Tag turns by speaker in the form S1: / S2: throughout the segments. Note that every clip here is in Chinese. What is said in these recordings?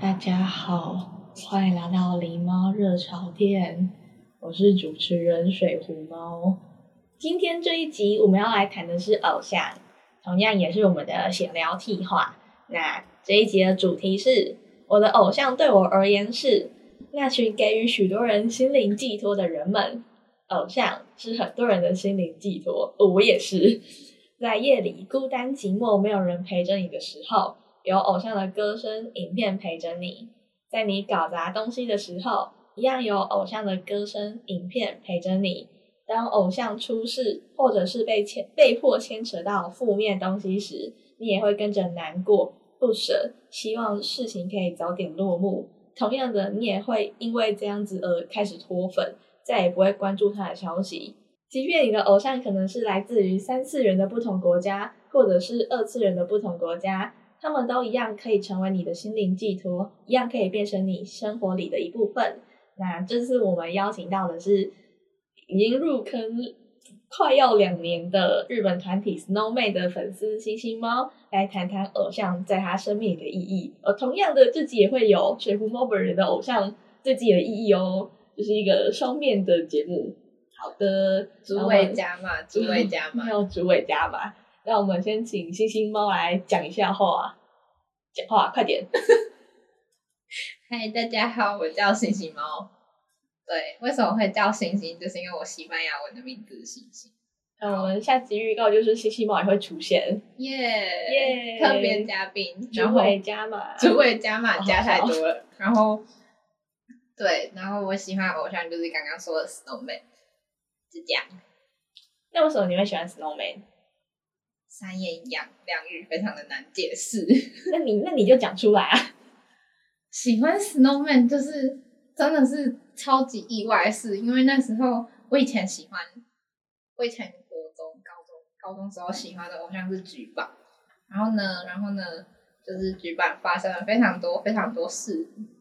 S1: 大家好，欢迎来到狸猫热潮店，我是主持人水壶猫。今天这一集我们要来谈的是偶像，同样也是我们的闲聊替话。那这一集的主题是我的偶像对我而言是那群给予许多人心灵寄托的人们。偶像是很多人的心灵寄托，我也是。在夜里孤单寂寞，没有人陪着你的时候，有偶像的歌声、影片陪着你，在你搞砸东西的时候，一样有偶像的歌声、影片陪着你。当偶像出事，或者是被牵被迫牵扯到负面东西时，你也会跟着难过、不舍，希望事情可以早点落幕。同样的，你也会因为这样子而开始脱粉，再也不会关注他的消息。即便你的偶像可能是来自于三次元的不同国家，或者是二次元的不同国家，他们都一样可以成为你的心灵寄托，一样可以变成你生活里的一部分。那这次我们邀请到的是已经入坑快要两年的日本团体 Snow m a n 的粉丝星星猫，来谈谈偶像在他生命里的意义。呃，同样的，自己也会有水壶猫本人的偶像对自己的意义哦，就是一个双面的节目。好的，
S2: 主
S1: 那我
S2: 委
S1: 们
S2: 加码，主委加码
S1: 没。有主委加码。那我们先请星星猫来讲一下话，啊讲话快点。
S2: 嗨，大家好，我叫星星猫。对，为什么会叫星星？就是因为我西班牙文的名字是星星。
S1: 那我们下集预告就是星星猫也会出现，
S2: 耶
S1: 耶
S2: 特别嘉宾，然
S1: 主
S2: 后
S1: 委加码，
S2: 主委加码加太多了，然后对，然后我喜欢的偶像就是刚刚说的 Snowman，是这样，
S1: 那为什么你会喜欢 Snowman？
S2: 三言两两语非常的难解释。
S1: 那你那你就讲出来啊！
S2: 喜欢 Snowman 就是真的是超级意外的事，因为那时候我以前喜欢，我以前国中、高中、高中时候喜欢的偶像是菊坂，然后呢，然后呢，就是菊坂发生了非常多非常多事，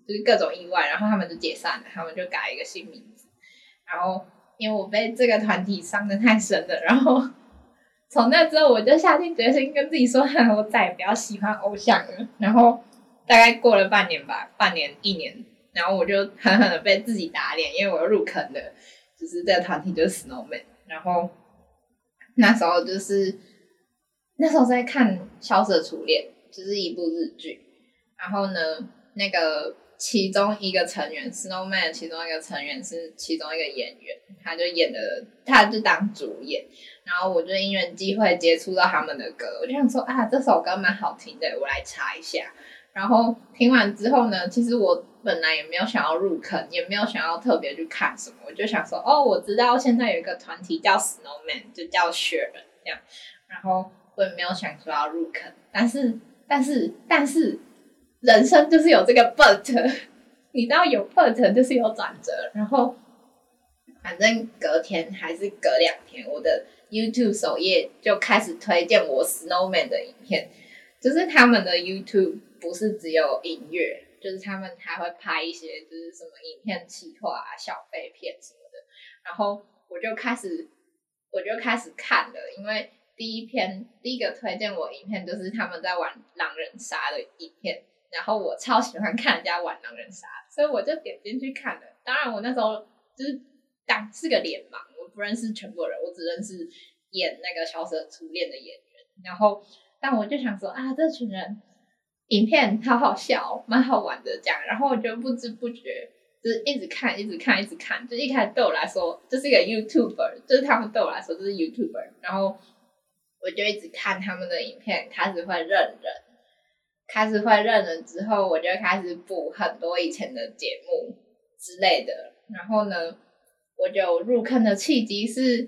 S2: 就是各种意外，然后他们就解散了，他们就改一个新名字，然后因为我被这个团体伤的太深了，然后。 从那之后，我就下定决心跟自己说， 哼我再也不要喜欢偶像了。然后大概过了半年吧，半年一年，然后我就狠狠的被自己打脸，因为我又入坑了，就是这个团体就是 Snowman，然后那时候就是那时候在看《萧瑟初恋》，就是一部日剧，然后呢，那个其中一个成员 Snowman 其中一个成员是其中一个演员，他就演的，他就当主演。然后我就因缘机会接触到他们的歌，我就想说啊，这首歌蛮好听的，我来查一下。然后听完之后呢，其实我本来也没有想要入坑，也没有想要特别去看什么，我就想说哦，我知道现在有一个团体叫 Snowman，就叫雪人这样。然后我也没有想说要入坑，但是但是但是，人生就是有这个 but，你 知道有 but 就是有转折，然后。反正隔天还是隔两天，我的 YouTube 首页就开始推荐我 Snowman 的影片，就是他们的 YouTube 不是只有音乐，就是他们还会拍一些就是什么影片企划啊、小废片什么的。然后我就开始，我就开始看了，因为第一篇第一个推荐我影片就是他们在玩狼人杀的影片，然后我超喜欢看人家玩狼人杀，所以我就点进去看了。当然我那时候就是当是个脸盲，我不认识全部人，我只认识演那个《小蛇初恋》的演员。然后，但我就想说啊，这哦群人影片好好笑，蛮好玩的这样。然后我就不知不觉，就是一直看，一直看，一直看。就一开始对我来说，就是一个 YouTuber，就是他们对我来说就是 YouTuber。然后我就一直看他们的影片，开始会认人，开始会认人之后，我就开始补很多以前的节目之类的。然后呢，我就入坑的契机是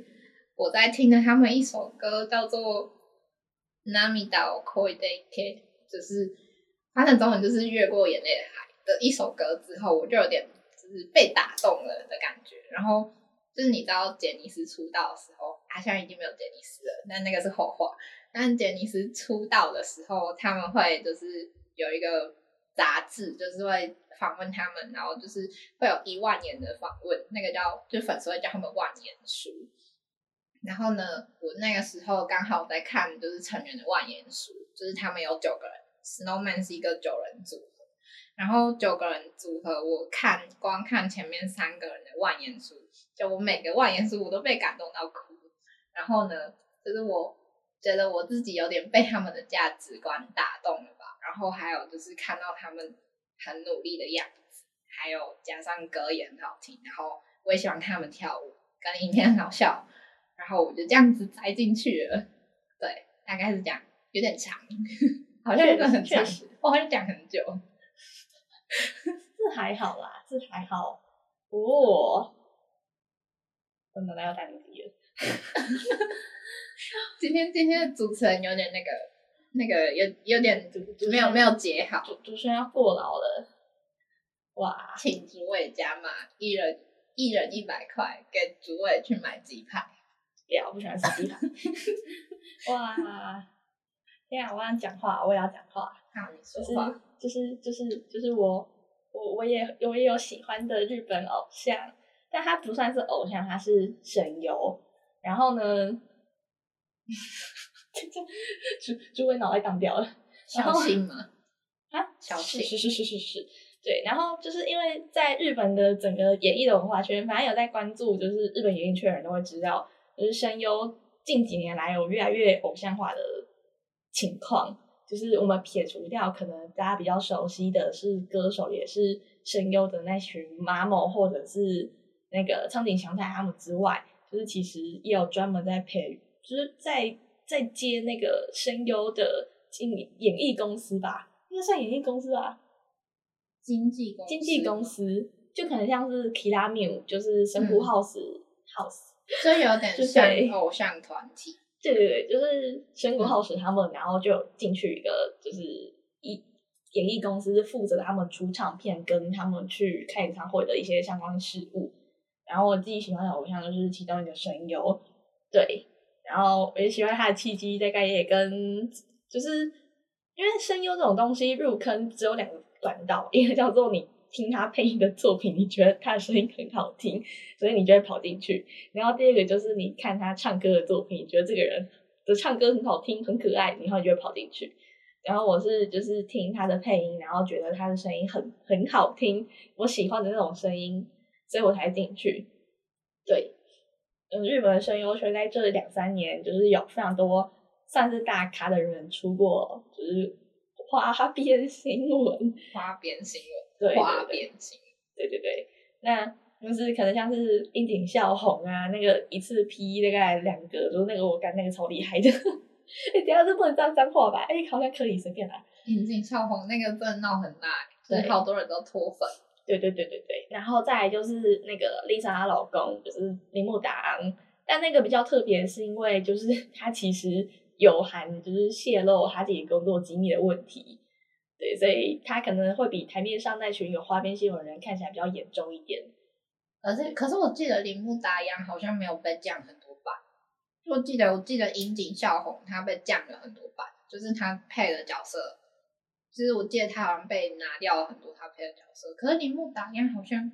S2: 我在听了他们一首歌，叫做《涙を越えてけ》，就是翻成中文就是《越过眼泪的海》的一首歌之后，我就有点就是被打动了的感觉。然后就是你知道杰尼斯出道的时候，他、啊、现在已经没有杰尼斯了，但那个是后话。但杰尼斯出道的时候，他们会就是有一个杂志，就是会访问他们，然后就是会有一万年的访问，那个叫就粉丝会叫他们万年书。然后呢，我那个时候刚好在看就是成员的万言书，就是他们有九个人，Snowman 是一个九人组合，然后九个人组合，我看光看前面三个人的万言书，就我每个万言书我都被感动到哭。然后呢，就是我觉得我自己有点被他们的价值观打动了吧，然后还有就是看到他们很努力的样子，还有加上歌也很好听，然后我也喜欢看他们跳舞，跟影片很好笑。然后我就这样子栽进去了，对，大概是这样，有点长， 好像真的很长
S1: 确实，
S2: 我好像讲很久。
S1: 这还好啦，这还好。不过，我奶奶要打你自己了。
S2: 今天今天的主持人有点那个那个有有点没有没有解好，
S1: 主主持人要过劳了。哇，
S2: 请主委加码，一人一人一百块，给主委去买鸡排。
S1: 不要，我不喜欢吃鸡排。 哇，天啊，我想讲话，我也要讲话。
S2: 好，你
S1: 就
S2: 说
S1: 是
S2: 话。
S1: 就是就是就是我我我也我也有喜欢的日本偶像，但他不算是偶像，他是神游。然后呢， 主主委脑袋当掉了。然
S2: 小
S1: 后
S2: 心吗？
S1: 啊，
S2: 小
S1: 是
S2: 心
S1: 是是是是是，对。然后就是因为在日本的整个演艺的文化圈，反正有在关注，就是日本演艺圈的人都会知道，就是声优近几年来有越来越偶像化的情况。就是我们撇除掉可能大家比较熟悉的是歌手，也是声优的那群马某或者是那个苍井翔太他们之外，就是其实也有专门在培育，就是在在接那个声优的经理演艺公司吧，应该算演艺公司吧，
S2: 经纪公司
S1: 经纪公，司，就可能像是 Kilamiu，就是神户
S2: 嗯
S1: House、House，
S2: 就有 点
S1: 就
S2: 像
S1: 对
S2: 偶像团体。
S1: 对对对，就是神谷浩史他们，然后就进去一个就是一演艺公司，是负责他们出唱片跟他们去开演唱会的一些相关事务。然后我自己喜欢的偶像就是其中一个神游，对，然后我也喜欢他的契机，大概也跟就是因为声优这种东西入坑只有两个管道，一个叫做你听他配音的作品，你觉得他的声音很好听，所以你就会跑进去；然后第二个就是你看他唱歌的作品，你觉得这个人的唱歌很好听、很可爱，然后你就会跑进去。然后我是就是听他的配音，然后觉得他的声音很很好听，我喜欢的那种声音，所以我才进去。对，嗯，日本的声优圈在这两三年就是有非常多算是大咖的人出过，就是花边新闻，
S2: 花边新闻，
S1: 对对
S2: 花
S1: 对
S2: 边新闻，
S1: 对对对，那就是可能像是樱井孝宏啊，那个一次批大概两个，就是那个我干那个超厉害的。 哎、等一下这不能这样脏话吧？哎、好像可以随便啦。
S2: 引进校红那个真的闹很大，就
S1: 对
S2: 是好多人都脱粉。
S1: 对对对对对，然后再来就是那个 Lisa 她老公，就是铃木达昂，但那个比较特别，是因为就是 他其实有含就是泄露他自己工作机密的问题，对，所以他可能会比台面上那群有花边新闻的人看起来比较严重一点。
S2: 可是，可是我记得铃木达央好像没有被降很多版。我记得，我记得樱井孝宏他被降了很多版，就是他配的角色，就是我记得他好像被拿掉了很多他配的角色。可是铃木达央好像，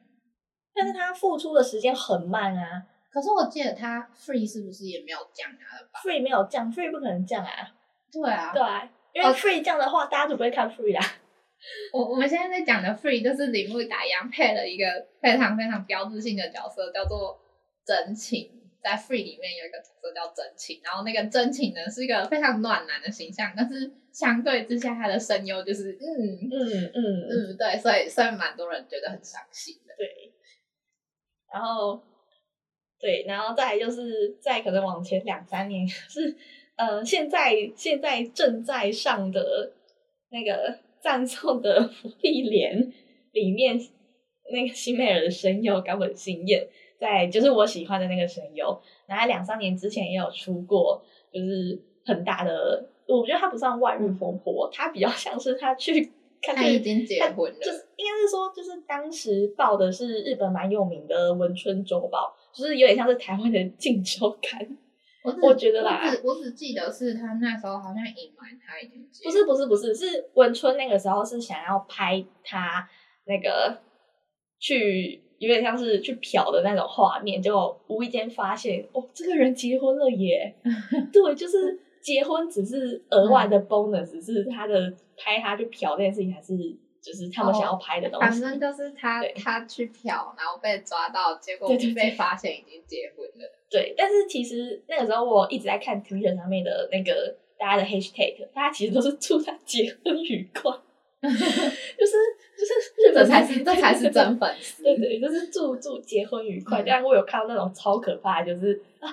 S1: 但是他付出的时间很慢啊
S2: 可是我记得他 Free 是不是也没有降他的版？
S1: ，Free 没有降，Free 不可能降啊，
S2: 对啊，
S1: 对啊，因为
S2: 哦
S1: Free 降的话，大家就不会看 Free 啦。
S2: 我我们现在在讲的 Free 就是铃木达央配了一个非常非常标志性的角色，叫做真情。在 Free 里面有一个角色叫真情，然后那个真情呢是一个非常暖男的形象，但是相对之下他的声优就是嗯
S1: 嗯嗯
S2: 嗯对，所以所以蛮多人觉得很伤心的。
S1: 对，然后对，然后再来就是再可能往前两三年 是呃，现在现在正在上的那个赞颂的福利连里面那个西美尔的声优冈本信彦，在就是我喜欢的那个声优，然后两三年之前也有出过，就是很大的，我觉得他不算外遇风波，他比较像是他去看
S2: 他
S1: 电
S2: 已
S1: 影。
S2: 经结婚了，
S1: 就是应该是说，就是当时报的是日本蛮有名的《文春周报》，就是有点像是台湾的《镜周刊》，
S2: 我只
S1: 我觉得啦
S2: 我只我只记得是他那时候好像隐瞒他已经结
S1: 不是不是不是，是文春那个时候是想要拍他那个去有点像是去嫖的那种画面，结果无意间发现哦，这个人结婚了 耶！对，就是结婚只是额外的 bonus，、只是他的拍他去嫖这件事情还是就是他们想要拍的东
S2: 反
S1: 西。
S2: 正就是他
S1: 对
S2: 他去嫖，然后被抓到，结果
S1: 对对对
S2: 被发现已经结婚了。
S1: 对，但是其实那个时候我一直在看 Twitter 上面的那个大家的 hashtag，大家其实都是祝他结婚愉 快，就是就是日
S2: 这
S1: 本
S2: 才是这才是 真。粉丝。
S1: 对对，就是祝祝结婚愉快。
S2: 嗯
S1: 但我有看到那种超可怕的，就是啊，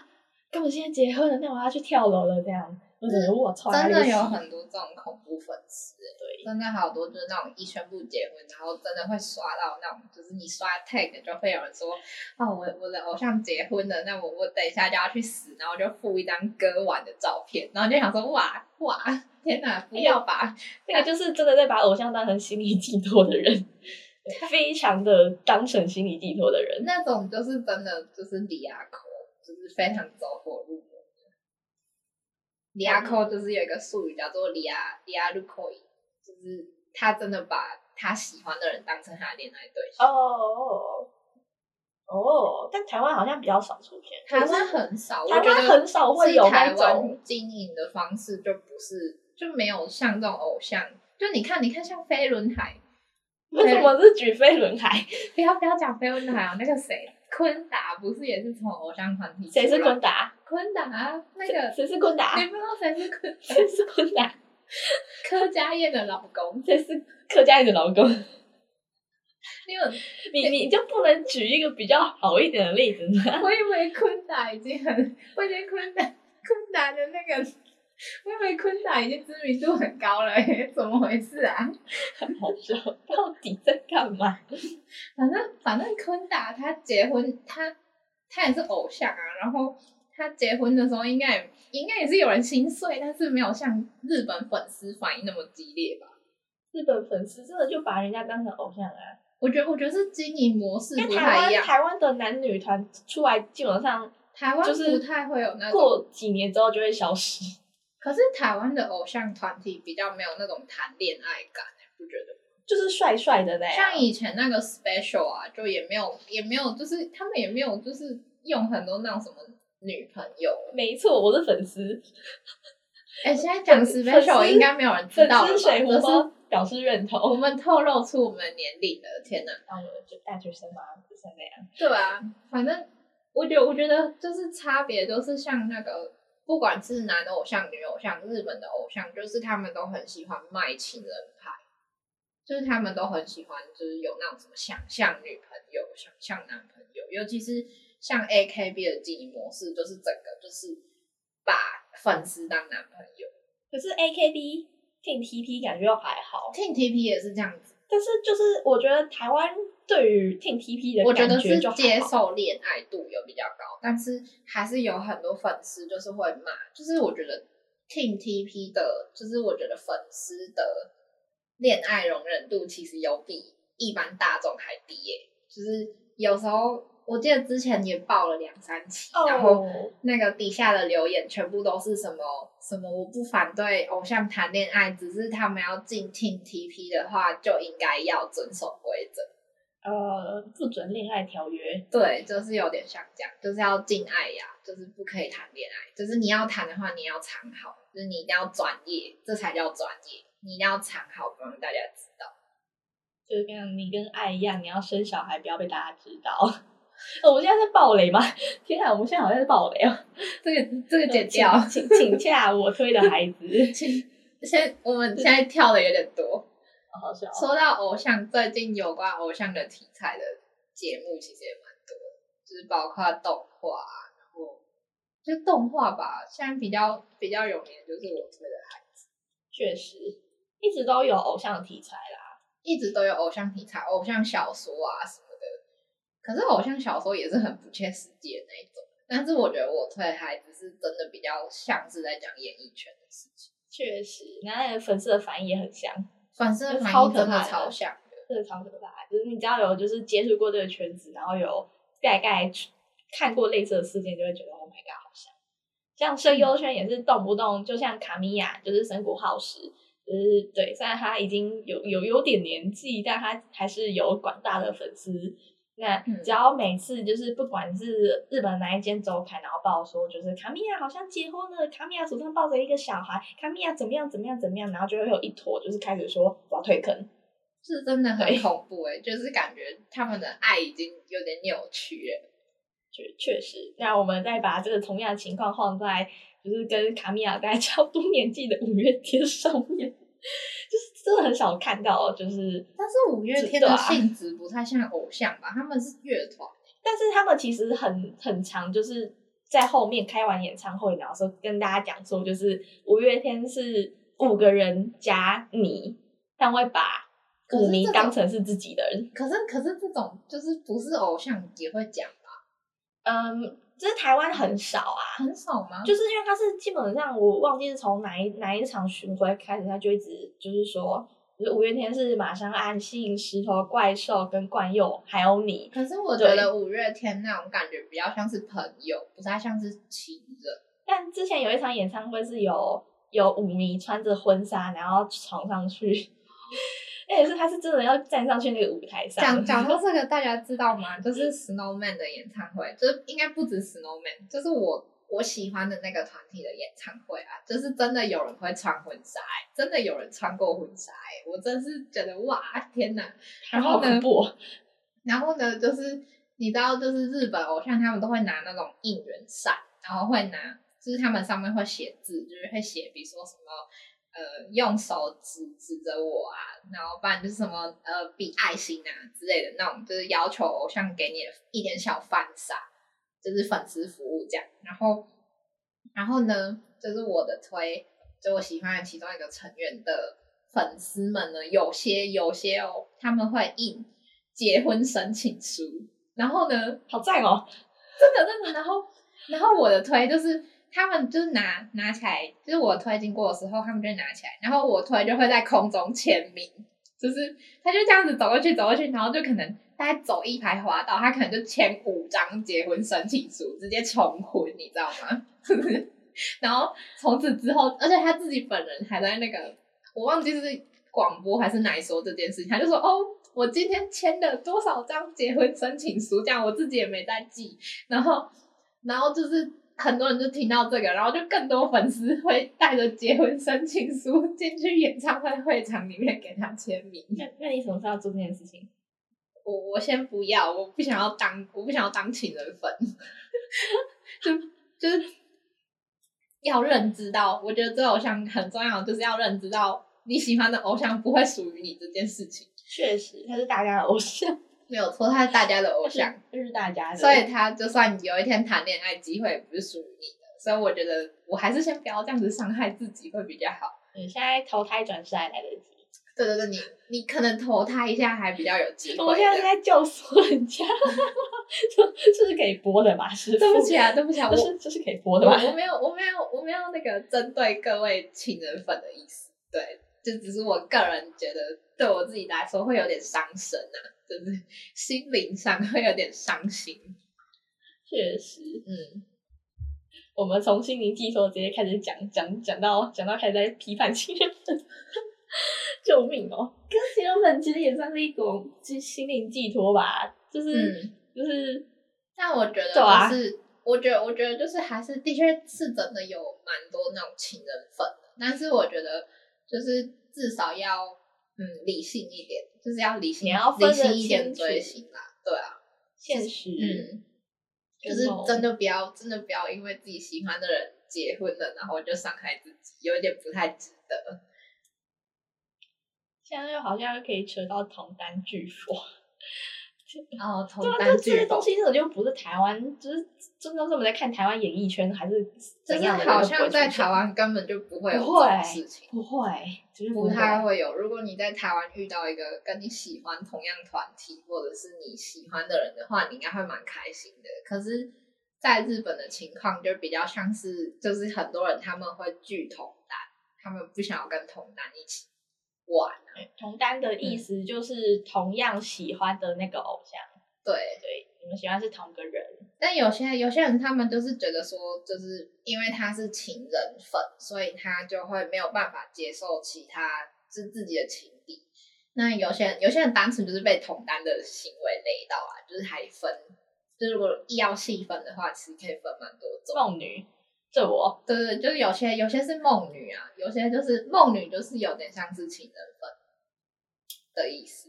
S1: 根本现在结婚了，那我要去跳楼了这样。我觉得我操，
S2: 嗯真
S1: 哪
S2: 的
S1: 里
S2: 有
S1: 是
S2: 很多这种恐怖粉丝，欸
S1: 对
S2: 真的好多就是那种一宣布结婚，然后真的会刷到那种，就是你刷 tag 就会有人说，哦，我我的偶像结婚了，那我我等一下就要去死，然后就附一张割腕的照片，然后就想说，哇哇，天哪，不要吧，
S1: 那个就是真的在把偶像当成心理寄托的人， 非常的当成心理寄托的人。
S2: 那种就是真的就是李亚扣，就是非常走火入魔的。李亚扣
S1: 嗯
S2: 就是有一个术语叫做李亚李亚路扣，就是他真的把他喜欢的人当成他的恋爱对象。
S1: 哦哦，但台湾好像比较少出现，
S2: 台湾很少，
S1: 台
S2: 我觉
S1: 湾
S2: 得
S1: 很少会有
S2: 自
S1: 那
S2: 己台
S1: 种
S2: 湾经营的方式就不是就没有像这种偶像，就你看你看像飞轮海，
S1: 为什么是举飞轮海？
S2: 不要不要讲飞轮海啊，那个谁昆达不是也是从偶像团体出来？
S1: 谁是昆达？
S2: 昆达啊？那个
S1: 谁是昆达
S2: 哎你？不知道谁是柯
S1: 谁是昆达？
S2: 柯佳燕的老公？
S1: 谁是客家人的老公？
S2: 因为
S1: 你你就不能举一个比较好一点的例子吗？
S2: 我以为昆达已经很，我以为昆达昆达的那个，我以为昆达已经知名度很高了、 欸，怎么回事啊？
S1: 很好笑，到底在干嘛？
S2: 反正反正昆达他结婚，他他也是偶像啊。然后他结婚的时候，应该也应该也是有人心碎，但是没有像日本粉丝反应那么激烈吧？
S1: 日本粉丝真的就把人家当成偶像啊！
S2: 我觉得我觉得是经营模式
S1: 因
S2: 不
S1: 为台
S2: 太一
S1: 湾
S2: 样，
S1: 台湾的男女团出来，基本上
S2: 台湾
S1: 就是
S2: 不太会有那种。
S1: 过几年之后就会消失。
S2: 可是台湾的偶像团体比较没有那种谈恋爱感、不觉得吗？
S1: 就是帅帅的那样，
S2: 像以前那个 Special 啊，就也没有也没有，就是他们也没有就是用很多那种什么女朋友，
S1: 没错，我是粉丝，
S2: 哎、现在讲
S1: 粉丝粉
S2: special
S1: 丝
S2: 应该没有人知
S1: 粉
S2: 道了吧，
S1: 丝水
S2: 这
S1: 壶
S2: 是
S1: 包表示认
S2: 我
S1: 同。
S2: 们透露出我们的年龄了，天哪！
S1: 那我们就大学生嘛，不是那样。
S2: 对啊，反正我觉得，我觉得就是差别都是像那个，不管是男偶像、女偶像，日本的偶像，就是他们都很喜欢卖情人牌，就是他们都很喜欢，就是有那种什么想象女朋友、想象男朋友，尤其是像 A K B 的经营模式，就是整个就是把粉丝当男朋友
S1: 可是 A K B Team T P 感觉又还好，
S2: ，T T P 也是这样子。
S1: 但是就是我觉得台湾对于 Team T P 的
S2: 我觉
S1: 感
S2: 得
S1: 觉
S2: 是
S1: 就还好
S2: 接受恋爱度有比较高，但是还是有很多粉丝就是会骂，就是我觉得 Team TP 的，就是我觉得粉丝的恋爱容忍度其实有比一般大众还低耶、就是有时候我记得之前也爆了两三期，然后
S1: 哦，
S2: 那个底下的留言全部都是什么什么，我不反对偶像谈恋爱，只是他们要进 Team TP 的话就应该要遵守规则。
S1: 呃，不准恋爱条约。
S2: 对，就是有点像这样，就是要敬爱呀，就是不可以谈恋爱，就是你要谈的话，你要藏好，就是你一定要专业，这才叫专业，你一定要藏好，不让大家知道。
S1: 就像你跟爱一样，你要生小孩，不要被大家知道。 哦我们现在在暴雷吗？ 天啊，我们现在好像在暴雷哦！
S2: 这个这个剪掉，
S1: 请请请假我推的孩子，
S2: 先我们现在跳的有点多。
S1: 好好笑哦。
S2: 说到偶像，最近有关偶像的题材的节目其实也蛮多的，就是包括动画啊，然后就动画吧，现在比较比较有名的就是我推的孩子，
S1: 确实一直都有偶像题材啦。
S2: 一直都有偶像题材、偶像小说啊什么的。可是偶像小说也是很不切实际的那一种。但是我觉得我推的孩子是真的比较像是在讲演艺圈的事情，
S1: 确实，那粉丝的反应也很像，
S2: 反正
S1: 反应
S2: 反应真
S1: 真的
S2: 的
S1: 超
S2: 超像的。
S1: 真的超可怕。就是你只要有就是接触过这个圈子，然后有大概看过类似的事件，就会觉得 Oh my god，好像。像声优圈也是动不动，就像卡米亚，就是神谷浩史，就是对，虽然他已经有有有点年纪，但他还是有广大的粉丝。那
S2: 嗯
S1: 只要每次就是不管是日本哪一间周刊，然后报说就是卡米亚好像结婚了，卡米亚手上抱着一个小孩，卡米亚怎么样怎么样怎么样，然后就会有一坨就是开始说我要退坑，
S2: 是真的很
S1: 对
S2: 恐怖哎、就是感觉他们的爱已经有点扭曲了。
S1: 确确实，那我们再把这个同样的情况放在就是跟卡米亚大概差不多年纪的五月天上面，就是真的很少看到，就是
S2: 但是五月
S1: 对
S2: 天的
S1: 啊
S2: 性质不太像偶像吧，他们是乐团，
S1: 但是他们其实很很长，就是在后面开完演唱会，然后说跟大家讲说，就是五月天是五个人加你，但会把
S2: 可是
S1: 五迷
S2: 这种
S1: 当成是自己的人。
S2: 可是可是这种就是不是偶像也会讲吧，
S1: 嗯，这是台湾很少啊，
S2: 很少吗？
S1: 就是因为他是基本上我忘记是从哪一哪一场巡回开始，他就一直就是说，就是五月天是马上安信、石头怪兽跟冠佑，还有你。
S2: 可是我觉
S1: 对
S2: 得五月天那种感觉比较像是朋友，不太像是情人。
S1: 但之前有一场演唱会是有有舞迷穿着婚纱，然后闯上去，
S2: 哦
S1: 而且是他是真的要站上去那个舞台上
S2: 讲。讲到这个，大家知道吗？就是 Snowman 的演唱会，就是应该不止 Snowman，就是我我喜欢的那个团体的演唱会啊，就是真的有人会穿婚纱欸、真的有人穿过婚纱、欸，我真是觉得哇，天哪！然
S1: 好
S2: 后
S1: 恐
S2: 呢，
S1: 怖哦，
S2: 然后呢，就是你知道，就是日本偶像他们都会拿那种应援扇，然后会拿，就是他们上面会写字，就是会写，比如说什么呃，用手指指着我啊，然后不然就是什么呃，比爱心啊之类的那种，就是要求偶像给你的一点小犯傻，就是粉丝服务这样。然后，然后呢，就是我的推，就我喜欢的其中一个成员的粉丝们呢，有些有些哦，他们会印结婚申请书，然后呢，
S1: 好赞哦！
S2: 真的真的。然后然后我的推就是他们就是拿拿起来，就是我推经过的时候，他们就拿起来，然后我推就会在空中签名，就是他就这样子走过去走过去，然后就可能大概走一排滑道，他可能就签五张结婚申请书，直接重婚，你知道吗？ 然后从此之后，而且他自己本人还在那个我忘记是广播还是哪里说这件事情，他就说哦。我今天签了多少张结婚申请书？这样我自己也没在记，然后，然后就是很多人就听到这个，然后就更多粉丝会带着结婚申请书进去演唱会会场里面给他签名。
S1: 那那你什么时候要做这件事情？
S2: 我我先不要，我不想要当，我不想要当情人粉， 就就是要认知到，我觉得追偶像很重要，就是要认知到你喜欢的偶像不会属于你这件事情。
S1: 确实，他是大家的偶 像，
S2: 没有错，他是大家的偶
S1: 偶
S2: 像。
S1: 像就是大家的。
S2: 所以他就算有一天谈恋爱，机会也不是属于你的。所以我觉得我还是先不要这样子伤害自己会比较好。
S1: 你嗯现在投胎转世还来得及。
S2: 对对对，你你可能投胎一下还比较有机会的。
S1: 我现在是在教唆人家，这 这是可以播的吧？师傅，
S2: 对不起啊，对不起啊，
S1: 这
S2: 我
S1: 是这是可以播的吧？
S2: 我我没有我没有我没有那个针对各位情人粉的意思，对，就只是我个人觉得对我自己来说会有点伤身啊，就是心灵上会有点伤心。
S1: 确实，
S2: 嗯，
S1: 我们从心灵寄托直接开始讲讲讲到讲到开始在批判情人粉， 救命哦！跟情人粉其实也算是一种心心灵寄托吧，就是、
S2: 嗯
S1: 就是
S2: 但我觉得
S1: 对啊
S2: 就是，我觉得我觉得就是还是的确是真的有蛮多那种情人粉的，但是我觉得就是至少要嗯理性一点，就是要理性，
S1: 你要分
S2: 嗯理
S1: 得
S2: 性一点
S1: 清楚
S2: 追星啦，对啊，
S1: 现实，
S2: 嗯，就是
S1: 哦
S2: 真的不要真的不要因为自己喜欢的人结婚了，然后就伤害自己，有点不太值得。
S1: 现在又好像又可以扯到同单巨佛，
S2: 然后同
S1: 对啊，
S2: 担
S1: 这这
S2: 巨
S1: 些
S2: 斗
S1: 东，西真的就不是台湾，就是真的这么在看台湾演艺圈还是
S2: 就
S1: 怎
S2: 是
S1: 样的人
S2: 好
S1: 都不会
S2: 像在
S1: 出现
S2: 台湾根本就不会有这
S1: 不会
S2: 种事情。
S1: 不会，就是
S2: 不
S1: 会
S2: 太会有。如果你在台湾遇到一个跟你喜欢同样团体或者是你喜欢的人的话，你应该会蛮开心的。可是，在日本的情况就比较像是，就是很多人他们会拒同单，他们不想要跟同单一起玩。啊
S1: 同单
S2: 嗯
S1: 的意思就是同样喜欢的那个偶像，
S2: 对，
S1: 对，你们喜欢是同个人，
S2: 但有些有些人他们就是觉得说，就是因为他是情人粉，所以他就会没有办法接受其他是自己的情敌。那有些人有些人单纯就是被同单的行为累到啊，就是还分，就是如果硬要细分的话，其实可以分蛮多种。
S1: 梦女，这我
S2: 对对，就是有些有些是梦女啊，有些就是梦女，就是有点像是情人粉的意思，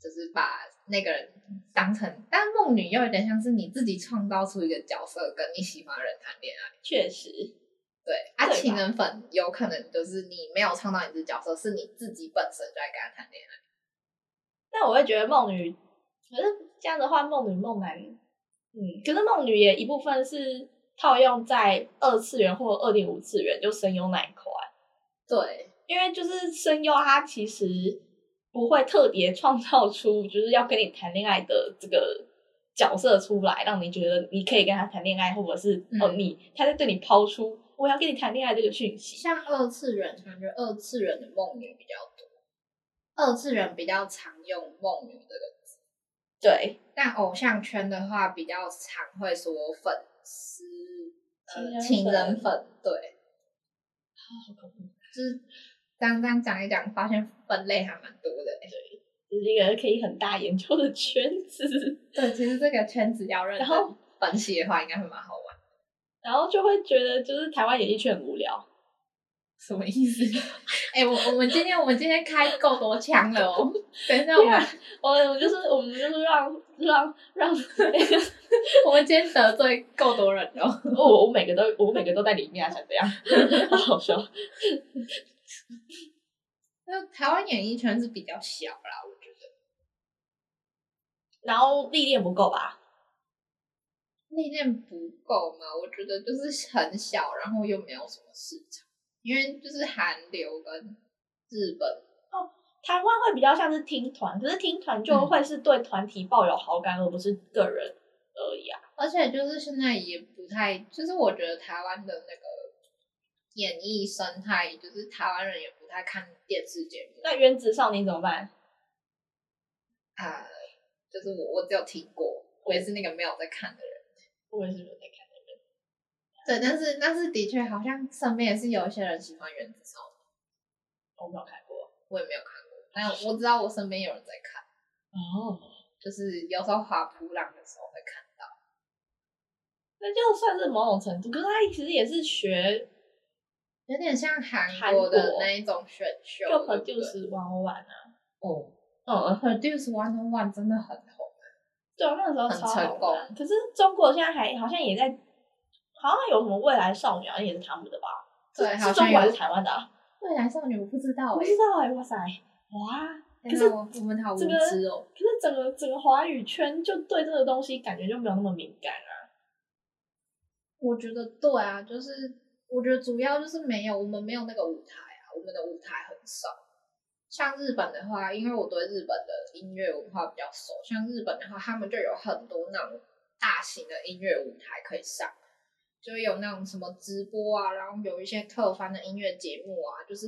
S2: 就是把那个人当成，但梦女又有点像是你自己创造出一个角色，跟你喜欢的人谈恋爱。
S1: 确实
S2: 对啊，
S1: 对吧
S2: 情人粉有可能就是你没有创造你的角色，是你自己本身就在跟他谈恋爱。
S1: 但我会觉得梦女，可是这样的话，梦女梦男，嗯，可是梦女也一部分是套用在二次元或二点五次元，就声优那一块，
S2: 对，
S1: 因为就是声优他其实不会特别创造出就是要跟你谈恋爱的这个角色出来，让你觉得你可以跟他谈恋爱，或者是、
S2: 嗯
S1: 哦你他在对你抛出我要跟你谈恋爱这个讯息。
S2: 像二次元，感觉二次元的梦女比较多，二次元比较常用梦女这个
S1: 对，
S2: 但偶像圈的话，比较常会说粉丝、呃、
S1: 情人粉
S2: 情人粉，啊对，
S1: 好恐怖，
S2: 就是刚刚讲一讲，发现分类还蛮多的欸、
S1: 这是一个可以很大研究的圈子，
S2: 对，其实这个圈子要认
S1: 然后
S2: 真分析的话，应该会蛮好玩。
S1: 然后就会觉得就是台湾演艺圈很无聊。
S2: 什么意思？ 哎、我我们今天我们今天开够多枪了 哦！等一下我们
S1: 我我就是我们就是让让让，
S2: 我们今天得罪够多人了哦。
S1: 我我每个都我每个都在里面啊，想这样， 好好笑。
S2: 那台湾演艺圈是比较小啦，我觉得
S1: 然后历练不够吧？
S2: 历练不够嘛，我觉得就是很小，然后又没有什么市场，因为就是韩流跟日本，
S1: 台湾会比较像是听团，可是听团
S2: 嗯
S1: 就会是对团体抱有好感，而不是个人而已啊。
S2: 而且就是现在也不太，就是我觉得台湾的那个演艺生态，就是台湾人也不太看电视节目
S1: 那原子少年怎么办？
S2: 啊、就是我我只有听过，我也是那个没有在看的人。
S1: 我也是没有在看的人。
S2: 对，但是但是的确好像身边也是有一些人喜欢原子少年，
S1: 我没有看过。
S2: 我也没有看过，但我知道我身边有人在看，
S1: 哦，
S2: 就是有时候滑扑浪的时候会看到。
S1: 那就算是某种程度，可是他其实也是学
S2: 有点像韩
S1: 韩
S2: 国的
S1: 国
S2: 那一种选秀，
S1: 就
S2: 对不对
S1: produce 玩玩啊。
S2: 哦
S1: 嗯，
S2: ，Produce One on One 真的很红，
S1: 对，啊我那个时候
S2: 很
S1: 超
S2: 成
S1: 好玩。可是中国现在还好像也在，好像有什么未来少女，好像也是他们的吧？
S2: 对
S1: 是
S2: 好
S1: 是
S2: 像
S1: 中国还
S2: 有
S1: 是台湾的、啊？
S2: 未来少女我不知道
S1: 我不
S2: 哎、
S1: 知道哎、哇塞，哇！
S2: 天
S1: 可是
S2: 哪我我们好无
S1: 这个
S2: 知哦、
S1: 可是整个整个华语圈就对这个东西感觉就没有那么敏感啊。
S2: 我觉得对啊，就是我觉得主要就是没有我们没有那个舞台啊，我们的舞台很少。像日本的话，因为我对日本的音乐文化比较熟，像日本的话，他们就有很多那种大型的音乐舞台可以上，就有那种什么直播啊，然后有一些特番的音乐节目啊，就是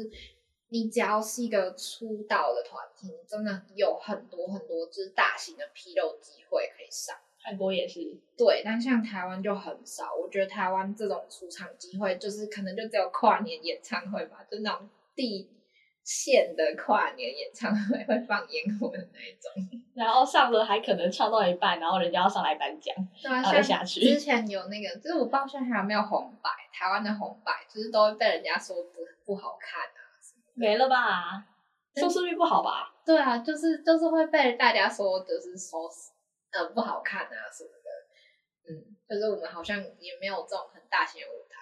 S2: 你只要是一个出道的团体，你真的有很多很多就是大型的披露机会可以上。
S1: 韩国也是，
S2: 对，但像台湾就很少。我觉得台湾这种出场机会，就是可能就只有跨年演唱会吧，就那种地县的跨年演唱会会放烟火的那一种。
S1: 然后上了还可能唱到一半，然后人家要上来颁奖，
S2: 对啊，
S1: 然后再
S2: 像
S1: 哦下去
S2: 之。前有那个，就是我不知道现在还有没有红白，台湾的红白就是都会被人家说不不好看啊。
S1: 没了吧？收视率不好吧？
S2: 对啊，就是就是会被大家说就是说呃不好看啊什么的。嗯，就是我们好像也没有这种很大型的舞台。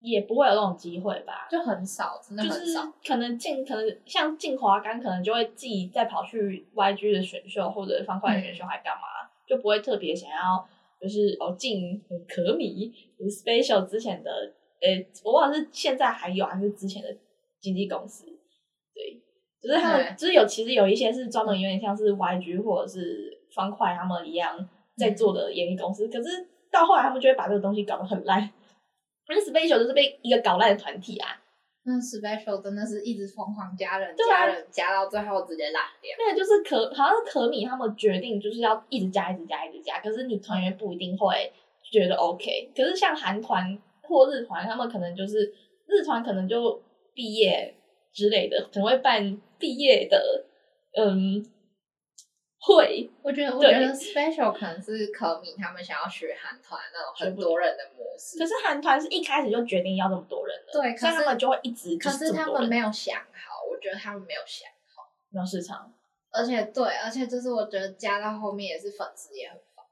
S1: 也不会有这种机会吧？
S2: 就很少，真的
S1: 就
S2: 很
S1: 是
S2: 少。
S1: 可能进，可能像进华冈，可能就会自己再跑去 YG 的选秀或者方块的
S2: 嗯
S1: 选秀，还干嘛？就不会特别想要，就是哦进嗯可米、就是 Special 之前的，诶、我忘了是现在还有还是之前的经纪公司，对，就是他们
S2: 对
S1: 就是有其实有一些是专门有点像是 YG 或者是方块他们一样在
S2: 嗯
S1: 做的演艺公司，可是到后来他们就会把这个东西搞得很烂。可是 Special 就是被一个搞烂的团体啊，
S2: 那 special 真的是一直疯狂加人，
S1: 对啊
S2: 加人加到最后直接烂掉。
S1: 那个就是可好像是可米他们决定就是要一直加一直加一直加，可是你团员不一定会觉得 OK。可是像韩团或日团，他们可能就是日团可能就毕业之类的，可能会办毕业的嗯会，
S2: 我觉得，我觉
S1: 对
S2: 得 special 可能是可米他们想要学韩团啊那种很多人的模式
S1: 可，是韩团是一开始就决定要这么多人的，
S2: 对可
S1: 所以他
S2: 是
S1: 们就会一直就
S2: 可是
S1: 这么
S2: 他
S1: 多
S2: 们
S1: 人
S2: 没有想好，我觉得他们没有想。
S1: 没有市场，
S2: 而且对，而且就是我觉得加到后面也是粉丝也很烦，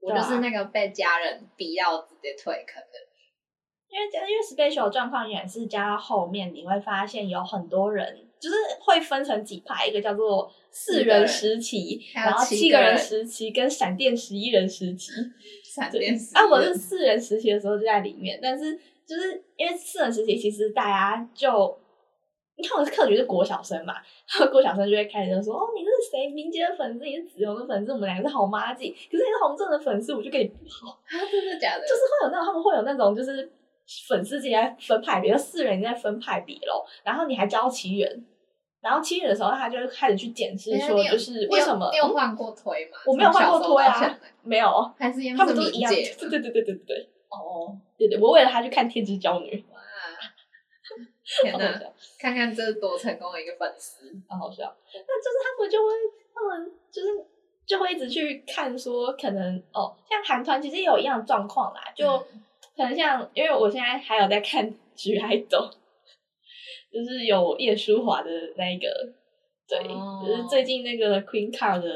S2: 我
S1: 对
S2: 就
S1: 啊
S2: 是那个被家人逼到直接退坑的。
S1: 因为因为 special 状况也是加到后面，你会发现有很多人就是会分成几派，一个叫做四人时期，
S2: 还有
S1: 然后
S2: 七
S1: 七
S2: 个
S1: 个
S2: 人
S1: 人时期跟闪电十一人时期。
S2: 闪
S1: 对
S2: 电十一
S1: 啊，我是四人时期的时候就在里面，但是就是因为四人时期，其实大家就你看我的客群是国小生嘛，然后国小生就会开始就说哦，你是谁明杰的粉丝，你是子荣的粉丝，我们两个是好妈鸡，可是你是洪正的粉丝，我就跟你不好。
S2: 啊，真的假的？
S1: 就是会有那种他们会有那种就是粉丝之间在分派别，就四人在分派别咯，然后你还教七人，然后七人的时候他就开始去检视
S2: 等一下
S1: 说
S2: 哎你有
S1: 就是
S2: 你
S1: 为
S2: 有
S1: 什么
S2: 你有换过推吗？
S1: 我没有换过推
S2: 从小时候
S1: 啊
S2: 到现在，
S1: 没有，
S2: 还是因为
S1: 他们都
S2: 是
S1: 是一样，
S2: 冥界
S1: 对对对对对对
S2: 哦，
S1: 对对，我为了他去看《天之娇女
S2: 哇，天》，
S1: 好好
S2: 哪！
S1: 笑，
S2: 看看这是多成功的一个粉丝，
S1: 好好笑，那就是他们就会他们就是。就会一直去看，说可能哦，像韩团其实也有一样的状况啦，就、
S2: 嗯
S1: 可能像，因为我现在还有在看《菊爱豆》，就是有叶舒华的那一个，对，
S2: 哦
S1: 就是最近那个 Queen Card 的，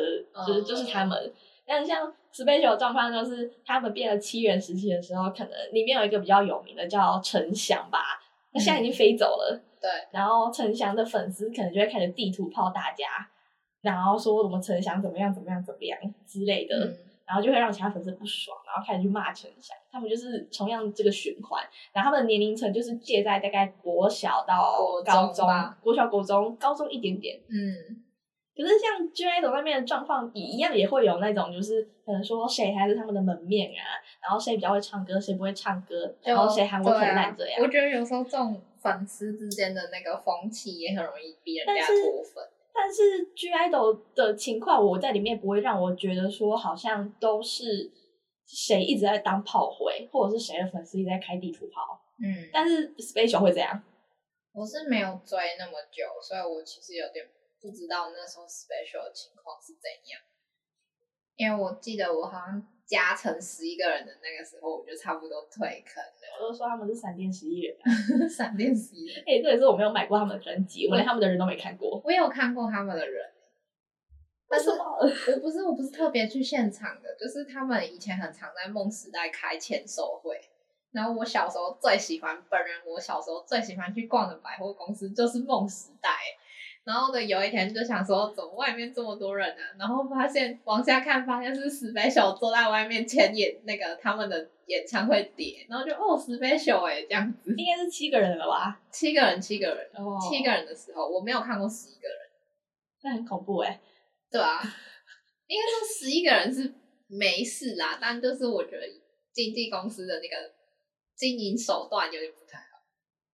S1: 就是、
S2: 哦
S1: 就是他们。但是像 Special 的状况就是，他们变了七元时期的时候，可能里面有一个比较有名的叫陈翔吧，那
S2: 嗯
S1: 现在已经飞走了。
S2: 对，
S1: 然后陈翔的粉丝可能就会开始地图炮大家，然后说什么陈翔怎么样怎么样怎么样之类的。
S2: 嗯，
S1: 然后就会让其他粉丝不爽，然后开始去骂陈翔，他们就是同样这个循环，然后他们的年龄层就是介在大概国小到
S2: 国中
S1: 高中，
S2: 吧
S1: 国小、国中、高中一点点。
S2: 嗯，
S1: 可是像 G I 那边的状况也一样，也会有那种就是可能说谁才是他们的门面啊，然后谁比较会唱歌，谁不会唱歌，
S2: 就
S1: 然后谁韩文
S2: 对
S1: 很
S2: 啊
S1: 烂这样。
S2: 我觉得有时候这种粉丝之间的那个风气也很容易逼人家
S1: 但是
S2: 脱粉。
S1: 但是 G idol 的情况，我在里面不会让我觉得说好像都是谁一直在当炮灰，或者是谁的粉丝一直在开地图炮。
S2: 嗯，
S1: 但是 special 会这样，
S2: 我是没有追那么久，所以我其实有点不知道那时候 special 的情况是怎样。因为我记得我好像加成十一个人的那个时候，我就差不多退坑了。
S1: 我就说他们是闪电十一人。啊
S2: 闪电十一人，
S1: 哎、这也是我没有买过他们的专辑，我连他们的人都没看过。
S2: 我有看过他们的人，但是
S1: 为什么
S2: 我不是我不是特别去现场的，就是他们以前很常在梦时代开签售会。然后我小时候最喜欢，本人我小时候最喜欢去逛的百货公司就是梦时代。然后呢，有一天就想说，怎么外面这么多人啊？然后发现往下看，发现是史北秀坐在外面签演那个他们的演唱会碟，然后就哦史北秀哎这样 子，
S1: 应该是七个人了吧？
S2: 七个人七个人、
S1: 哦
S2: 七个人的时候，我没有看过十一个人。
S1: 那很恐怖哎、
S2: 对啊，应该说十一个人是没事啦，但就是我觉得经纪公司的那个经营手段有点不太好。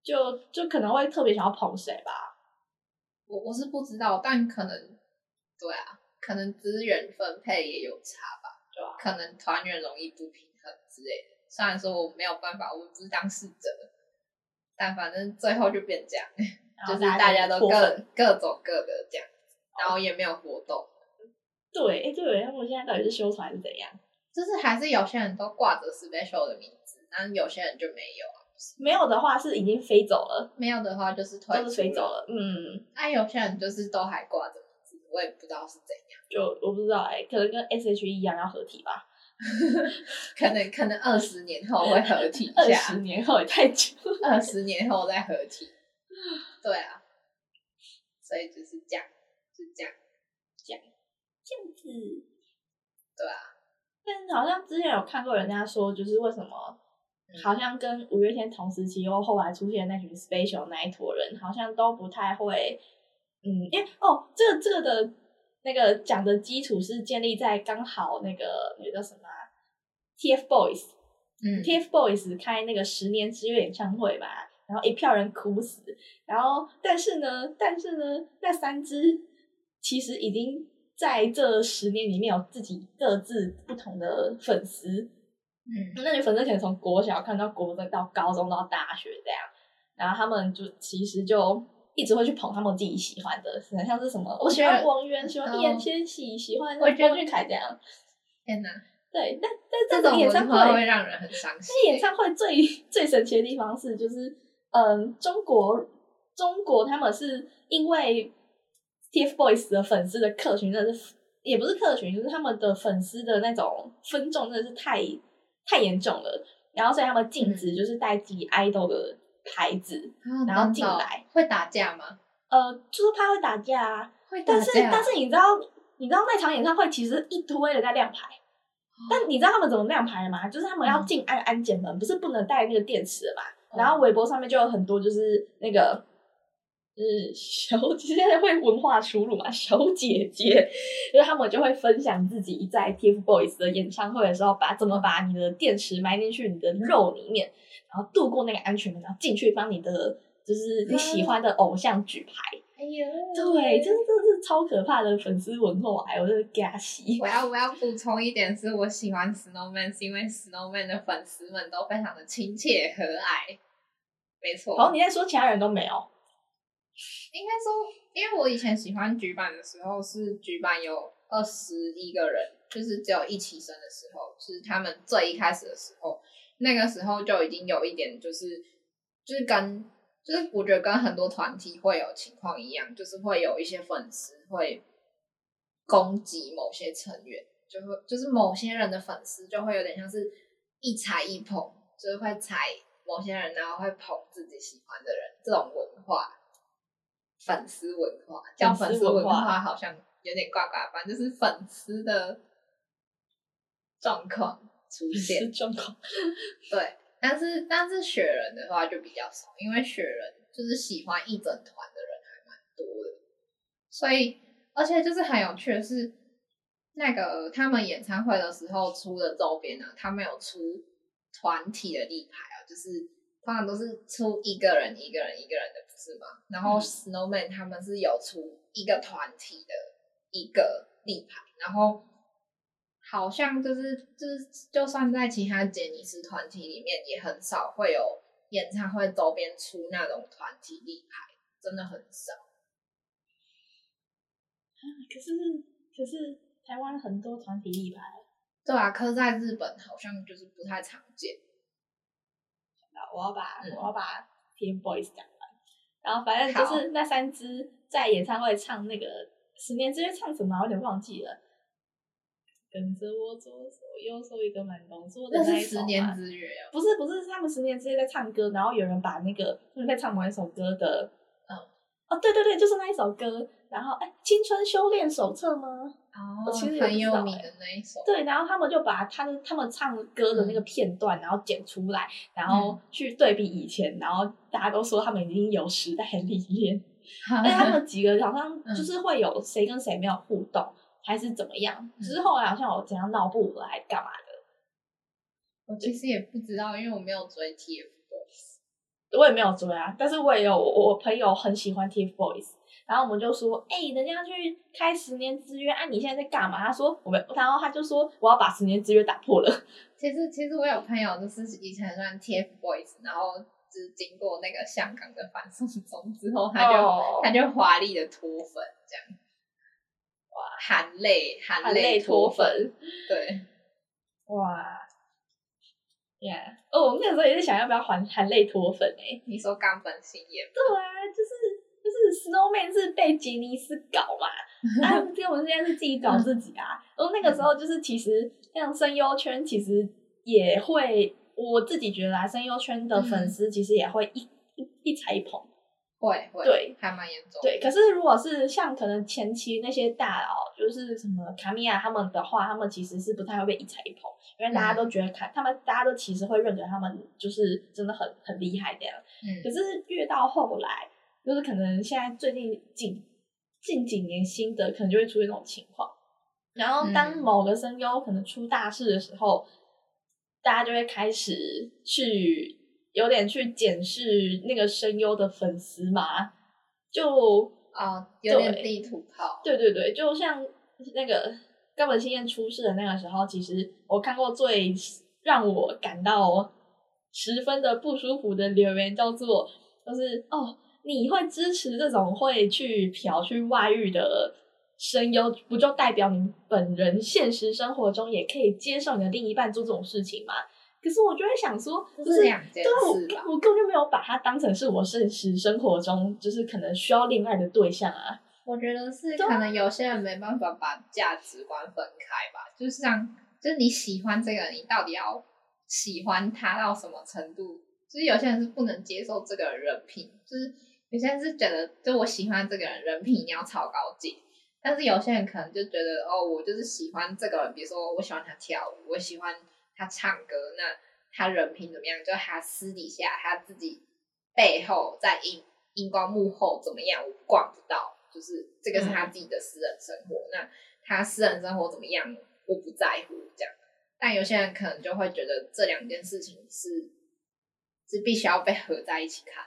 S1: 就就可能会特别想要捧谁吧。
S2: 我我是不知道，但可能对啊，可能资源分配也有差吧，
S1: 对啊
S2: 可能团员容易不平衡之类的。虽然说我没有办法，我不是当事者，但反正最后就变这样，
S1: 然
S2: 就
S1: 后
S2: 是大家都
S1: 脱
S2: 各
S1: 粉
S2: 各走各的这样，然后也没有活动。
S1: 对，哎、对，他们现在到底是修团还是怎样？
S2: 就是还是有些人都挂着 special 的名字，但有些人就没有啊。
S1: 没有的话是已经飞走了，
S2: 没有的话就是退出
S1: 都是飞走。了。嗯，
S2: 那、有些人就是都还挂着名字，我也不知道是怎样。
S1: 就我不知道哎、可能跟 S H E 一样要合体吧。
S2: 可能可能二十年后会合体一
S1: 二
S2: 下
S1: 十，年后也太久了。
S2: 二十年后再合体。对啊，所以就是这样，就这样。
S1: 这样子，
S2: 对
S1: 啊。但好像之前有看过人家说，就是为什么好像跟五月天同时期又后来出现的那群 special 那一坨人，好像都不太会，嗯，因为哦，这个这个的那个讲的基础是建立在刚好那个那个叫什么啊、TFBOYS
S2: 嗯
S1: TFBOYS 开那个十年之约演唱会吧，然后一票人哭死，然后但是呢，但是呢，那三支其实已经在这十年里面有自己各自不同的粉丝，
S2: 嗯
S1: 那你粉丝可能从国小看到国中到高中到大学这样，然后他们就其实就。一直会去捧他们自己喜欢的，很像是什么，我喜欢王源，喜欢易烊千玺，喜欢
S2: 我觉得
S1: 郭俊凯这样。
S2: 天哪，
S1: 对，但但这
S2: 这种
S1: 种演
S2: 文
S1: 唱
S2: 化
S1: 会
S2: 会让人很伤心
S1: 那。演唱会最 最神奇的地方是，就是嗯，中国中国他们是因为 TFBOYS 的粉丝的客群真的是也不是客群，就是他们的粉丝的那种分众真的是太太严重了，然后所以他们禁
S2: 嗯
S1: 止就是带自己 idol 的牌子，
S2: 啊
S1: 然后进
S2: 真的哦
S1: 来
S2: 会打架吗？
S1: 呃，就是怕会打架啊。
S2: 会打
S1: 但是
S2: 架，
S1: 但是你知道你知道那场演唱会其实一堆人在亮牌，
S2: 哦
S1: 但你知道他们怎么亮牌的吗？就是他们要进安安检门，不是不能带那个电池的嘛。
S2: 嗯
S1: 然后微博上面就有很多就是那个。就是 小姐，现在会文化输入嘛？小姐姐，就是他们就会分享自己在 TFBOYS 的演唱会的时候，把怎么把你的电池埋进去你的肉里面，然后度过那个安全门，然后进去帮你的就是你喜欢的偶像举牌。
S2: 哎呦，
S1: 对，就是这是超可怕的粉丝文化，哎，我真的给他洗。
S2: 我要我要补充一点，是我喜欢 Snowman 是因为 Snowman 的粉丝们都非常的亲切和蔼。没错，
S1: 然后哦你再说其他人都没有，
S2: 应该说，因为我以前喜欢局版的时候，是局版有二十一个人，就是只有一起生的时候，是他们最一开始的时候，那个时候就已经有一点就是就是跟就是我觉得跟很多团体会有情况一样，就是会有一些粉丝会攻击某些成员，就会就是某些人的粉丝就会有点像是一踩一捧，就是会踩某些人，然后会捧自己喜欢的人，这种文化。粉丝文化叫粉丝文化好像有点怪怪，反正就是粉丝的状况出现。
S1: 是状况。
S2: 对，但是但是雪人的话就比较少，因为雪人就是喜欢一整团的人还蛮多的，所以而且就是很有趣的是，那个他们演唱会的时候出的周边呢，他们有出团体的立牌啊，就是通常都是出一个人一个人一个人的，不是吗？然后
S1: 嗯
S2: Snowman 他们是有出一个团体的一个立牌，然后好像就是就是，就算在其他杰尼斯团体里面，也很少会有演唱会周边出那种团体立牌，真的很少。
S1: 可是可是台湾很多团体立牌，
S2: 对啊，可是在日本好像就是不太常见。
S1: 我要把、
S2: 嗯
S1: 我要把 TFBOYS 讲完。然后反正就是那三支在演唱会唱那个十年之约唱什么啊，我有点忘记了。跟着我左手右手一个慢动作的
S2: 那
S1: 哦那
S2: 是
S1: 一啊首
S2: 十
S1: 嘛
S2: 年之约哦，
S1: 不是不是，是他们十年之间在唱歌，然后有人把那个他们在唱某一首歌的，
S2: 嗯，
S1: 哦，对对对，就是那一首歌。然后，哎，青春修炼手册吗？我
S2: 哦
S1: 其实也不
S2: 很
S1: 知道
S2: 有名
S1: 欸
S2: 的那 一首。
S1: 对，然后他们就把他的他们唱歌的那个片段，然后剪出来，然后去对比以前，然后大家都说他们已经有时代理念，而且哎他们几个好像就是会有谁跟谁没有互动，还是怎么样？只是后来好像有怎样闹不来干嘛的，
S2: 我其实也不知道，因为我没有追 TFBOYS。
S1: 我也没有追啊，但是我也有我我朋友很喜欢 TFBOYS，然后我们就说，哎、人家去开十年之约，啊，你现在在干嘛？他说我们，然后他就说我要把十年之约打破了，
S2: 其实其实我有朋友就是以前算 TFBOYS，然后就是经过那个香港的反送中之后，他就、
S1: 哦
S2: 他就华丽的脱粉这样。哇，含泪含
S1: 含泪
S2: 泪
S1: 脱
S2: 脱粉，
S1: 粉，
S2: 对，
S1: 哇，Yeah，哦，我那个时候也是想要不要含含泪脱粉哎、欸，
S2: 你说冈本信也
S1: 对啊，就是就是 Snowman 是被杰尼斯搞嘛，啊，这我现在是自己搞自己啊。然后那个时候就是，其实像声优圈，其实也会，我自己觉得啊，声优圈的粉丝其实也会一一一踩一捧。
S2: 会会，
S1: 对，
S2: 还蛮严重。，
S1: 对，可是如果是像可能前期那些大佬，就是什么卡米亚他们的话，他们其实是不太会被一踩一捧，因为大家都觉得卡，他们大家都其实会认可他们就是真的很很厉害这样。可
S2: 嗯，
S1: 是越到后来，就是可能现在最近近近几年新的，可能就会出现这种情况。然后当
S2: 嗯
S1: 某个声优可能出大事的时候，大家就会开始去有点去检视那个声优的粉丝嘛，就
S2: 哦，有点
S1: 对
S2: 地图炮。
S1: 对对对，就像那个冈本新彦出事的那个时候，其实我看过最让我感到十分的不舒服的留言，叫做就是哦，你会支持这种会去嫖去外遇的声优，不就代表你本人现实生活中也可以接受你的另一半做这种事情吗？可是我就会想说，
S2: 这
S1: 就是
S2: 两件
S1: 对啊我
S2: 事吧
S1: 我根本就没有把它当成是我现实生活中就是可能需要恋爱的对象啊。
S2: 我觉得是
S1: 对啊
S2: 可能有些人没办法把价值观分开吧，就是像，就是你喜欢这个人，你到底要喜欢他到什么程度？就是有些人是不能接受这个人品，就是有些人是觉得，就我喜欢这个人人品一定要超高级，但是有些人可能就觉得，哦，我就是喜欢这个人，比如说我喜欢他跳舞，我喜欢他唱歌，那他人品怎么样？就他私底下他自己背后在荧荧光幕后怎么样，我管不到，就是这个是他自己的私人生活，那他私人生活怎么样，我不在乎这样。但有些人可能就会觉得这两件事情是是必须要被合在一起看。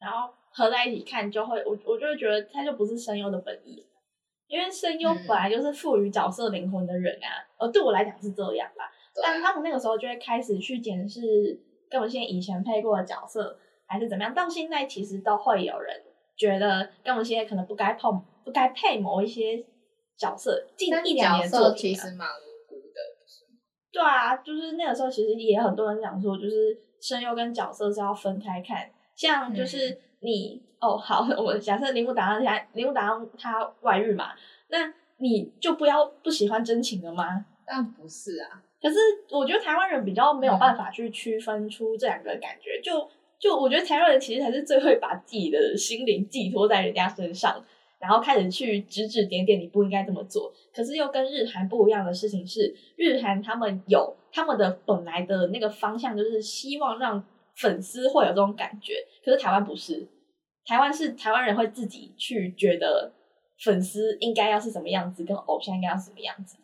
S1: 然后合在一起看，就会我我就会觉得它就不是声优的本意，因为声优
S2: 嗯
S1: 本来就是赋予角色灵魂的人啊，呃，对我来讲是这样啦。
S2: 对
S1: 但
S2: 啊，
S1: 他们那个时候就会开始去检视跟我现在以前配过的角色还是怎么样，到现在其实都会有人觉得跟我现在可能不该碰、不该配某一些角色，近
S2: 但
S1: 一两
S2: 角
S1: 年的作
S2: 色
S1: 品
S2: 其
S1: 啊
S2: 实蛮无辜的，就是
S1: 对啊，就是那个时候其实也很多人讲说，就是声优跟角色是要分开看。像就是你、哦，好， 我们假设铃木达让他铃木达让他外遇嘛，那你就不要不喜欢真情了吗？
S2: 但不是啊，
S1: 可是我觉得台湾人比较没有办法去区分出这两个感觉，就就我觉得台湾人其实才是最会把自己的心灵寄托在人家身上，然后开始去指指点点你不应该这么做。可是又跟日韩不一样的事情是，日韩他们有他们的本来的那个方向，就是希望让粉丝会有这种感觉，可是台湾不是，台湾是台湾人会自己去觉得粉丝应该要是什么样子，跟偶像应该要什么样子。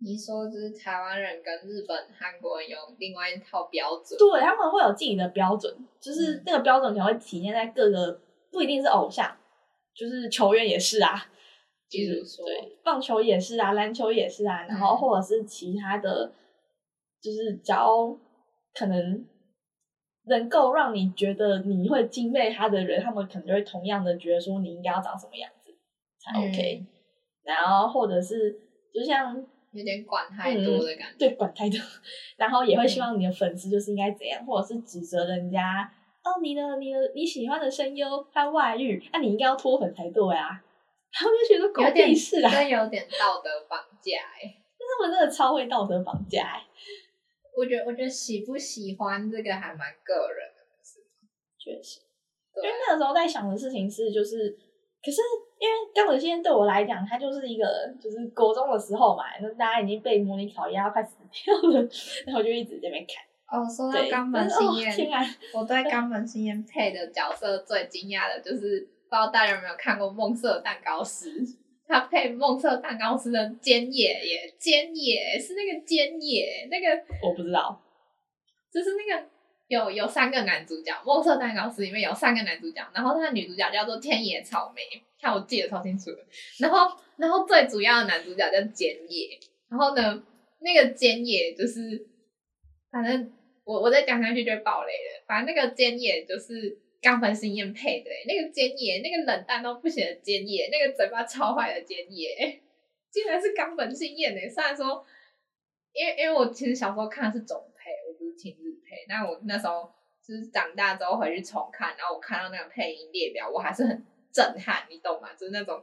S2: 你说就是台湾人跟日本、韩国人有另外一套标准，
S1: 对，他们会有自己的标准，
S2: 嗯
S1: 就是那个标准可能会体现在各个，不一定是偶像，就是球员也是啊，
S2: 比如
S1: 就是
S2: 说
S1: 对，棒球也是啊，篮球也是啊，然后
S2: 嗯
S1: 或者是其他的，就是只要可能能够让你觉得你会敬佩他的人，他们可能就会同样的觉得说你应该要长什么样子才
S2: 嗯
S1: OK，、然后或者是就像
S2: 有点管太多的感觉。
S1: 嗯对管太多，然后也会希望你的粉丝就是应该怎样，或者是指责人家哦，你的你的你喜欢的声优他外遇，那、你应该要脱粉才对啊。他们就觉得狗
S2: 有点
S1: 屁事啦，
S2: 真有点道德绑架哎、
S1: 他们真的超会道德绑架、欸，
S2: 我觉得，我觉得喜不喜欢这个还蛮个人的，
S1: 确实。因为
S2: 对，
S1: 那个时候在想的事情是，就是，可是因为根本现在对我来讲，它就是一个就是国中的时候嘛，那大家已经被模拟考压到快死掉了，然后我就一直在那边看。
S2: 哦，说到
S1: 对，
S2: 冈本
S1: 但是
S2: 新
S1: 哦
S2: 彦，
S1: 天啊，
S2: 我对冈本新彦配的角色最惊讶的就是，不知道大家有没有看过《梦色蛋糕师》，他配《梦色蛋糕师》的菅野耶，菅野是那个菅野，那个
S1: 我不知道，
S2: 就是那个有有三个男主角，《梦色蛋糕师》里面有三个男主角，然后他的女主角叫做天野草莓，看我记得超清楚的。然后，然后最主要的男主角叫菅野，然后呢，那个菅野就是，反正我我再讲下去就会爆雷了。反正那个菅野就是冈本新彦配的欸、那个菅野，那个冷淡到不行的菅野，那个嘴巴超坏的菅野，竟然是冈本新彦呢、虽然说，因为因为我其实小时候看的是总配，我不是听日配，那我那时候就是长大之后回去重看，然后我看到那个配音列表，我还是很震撼，你懂吗？就是那种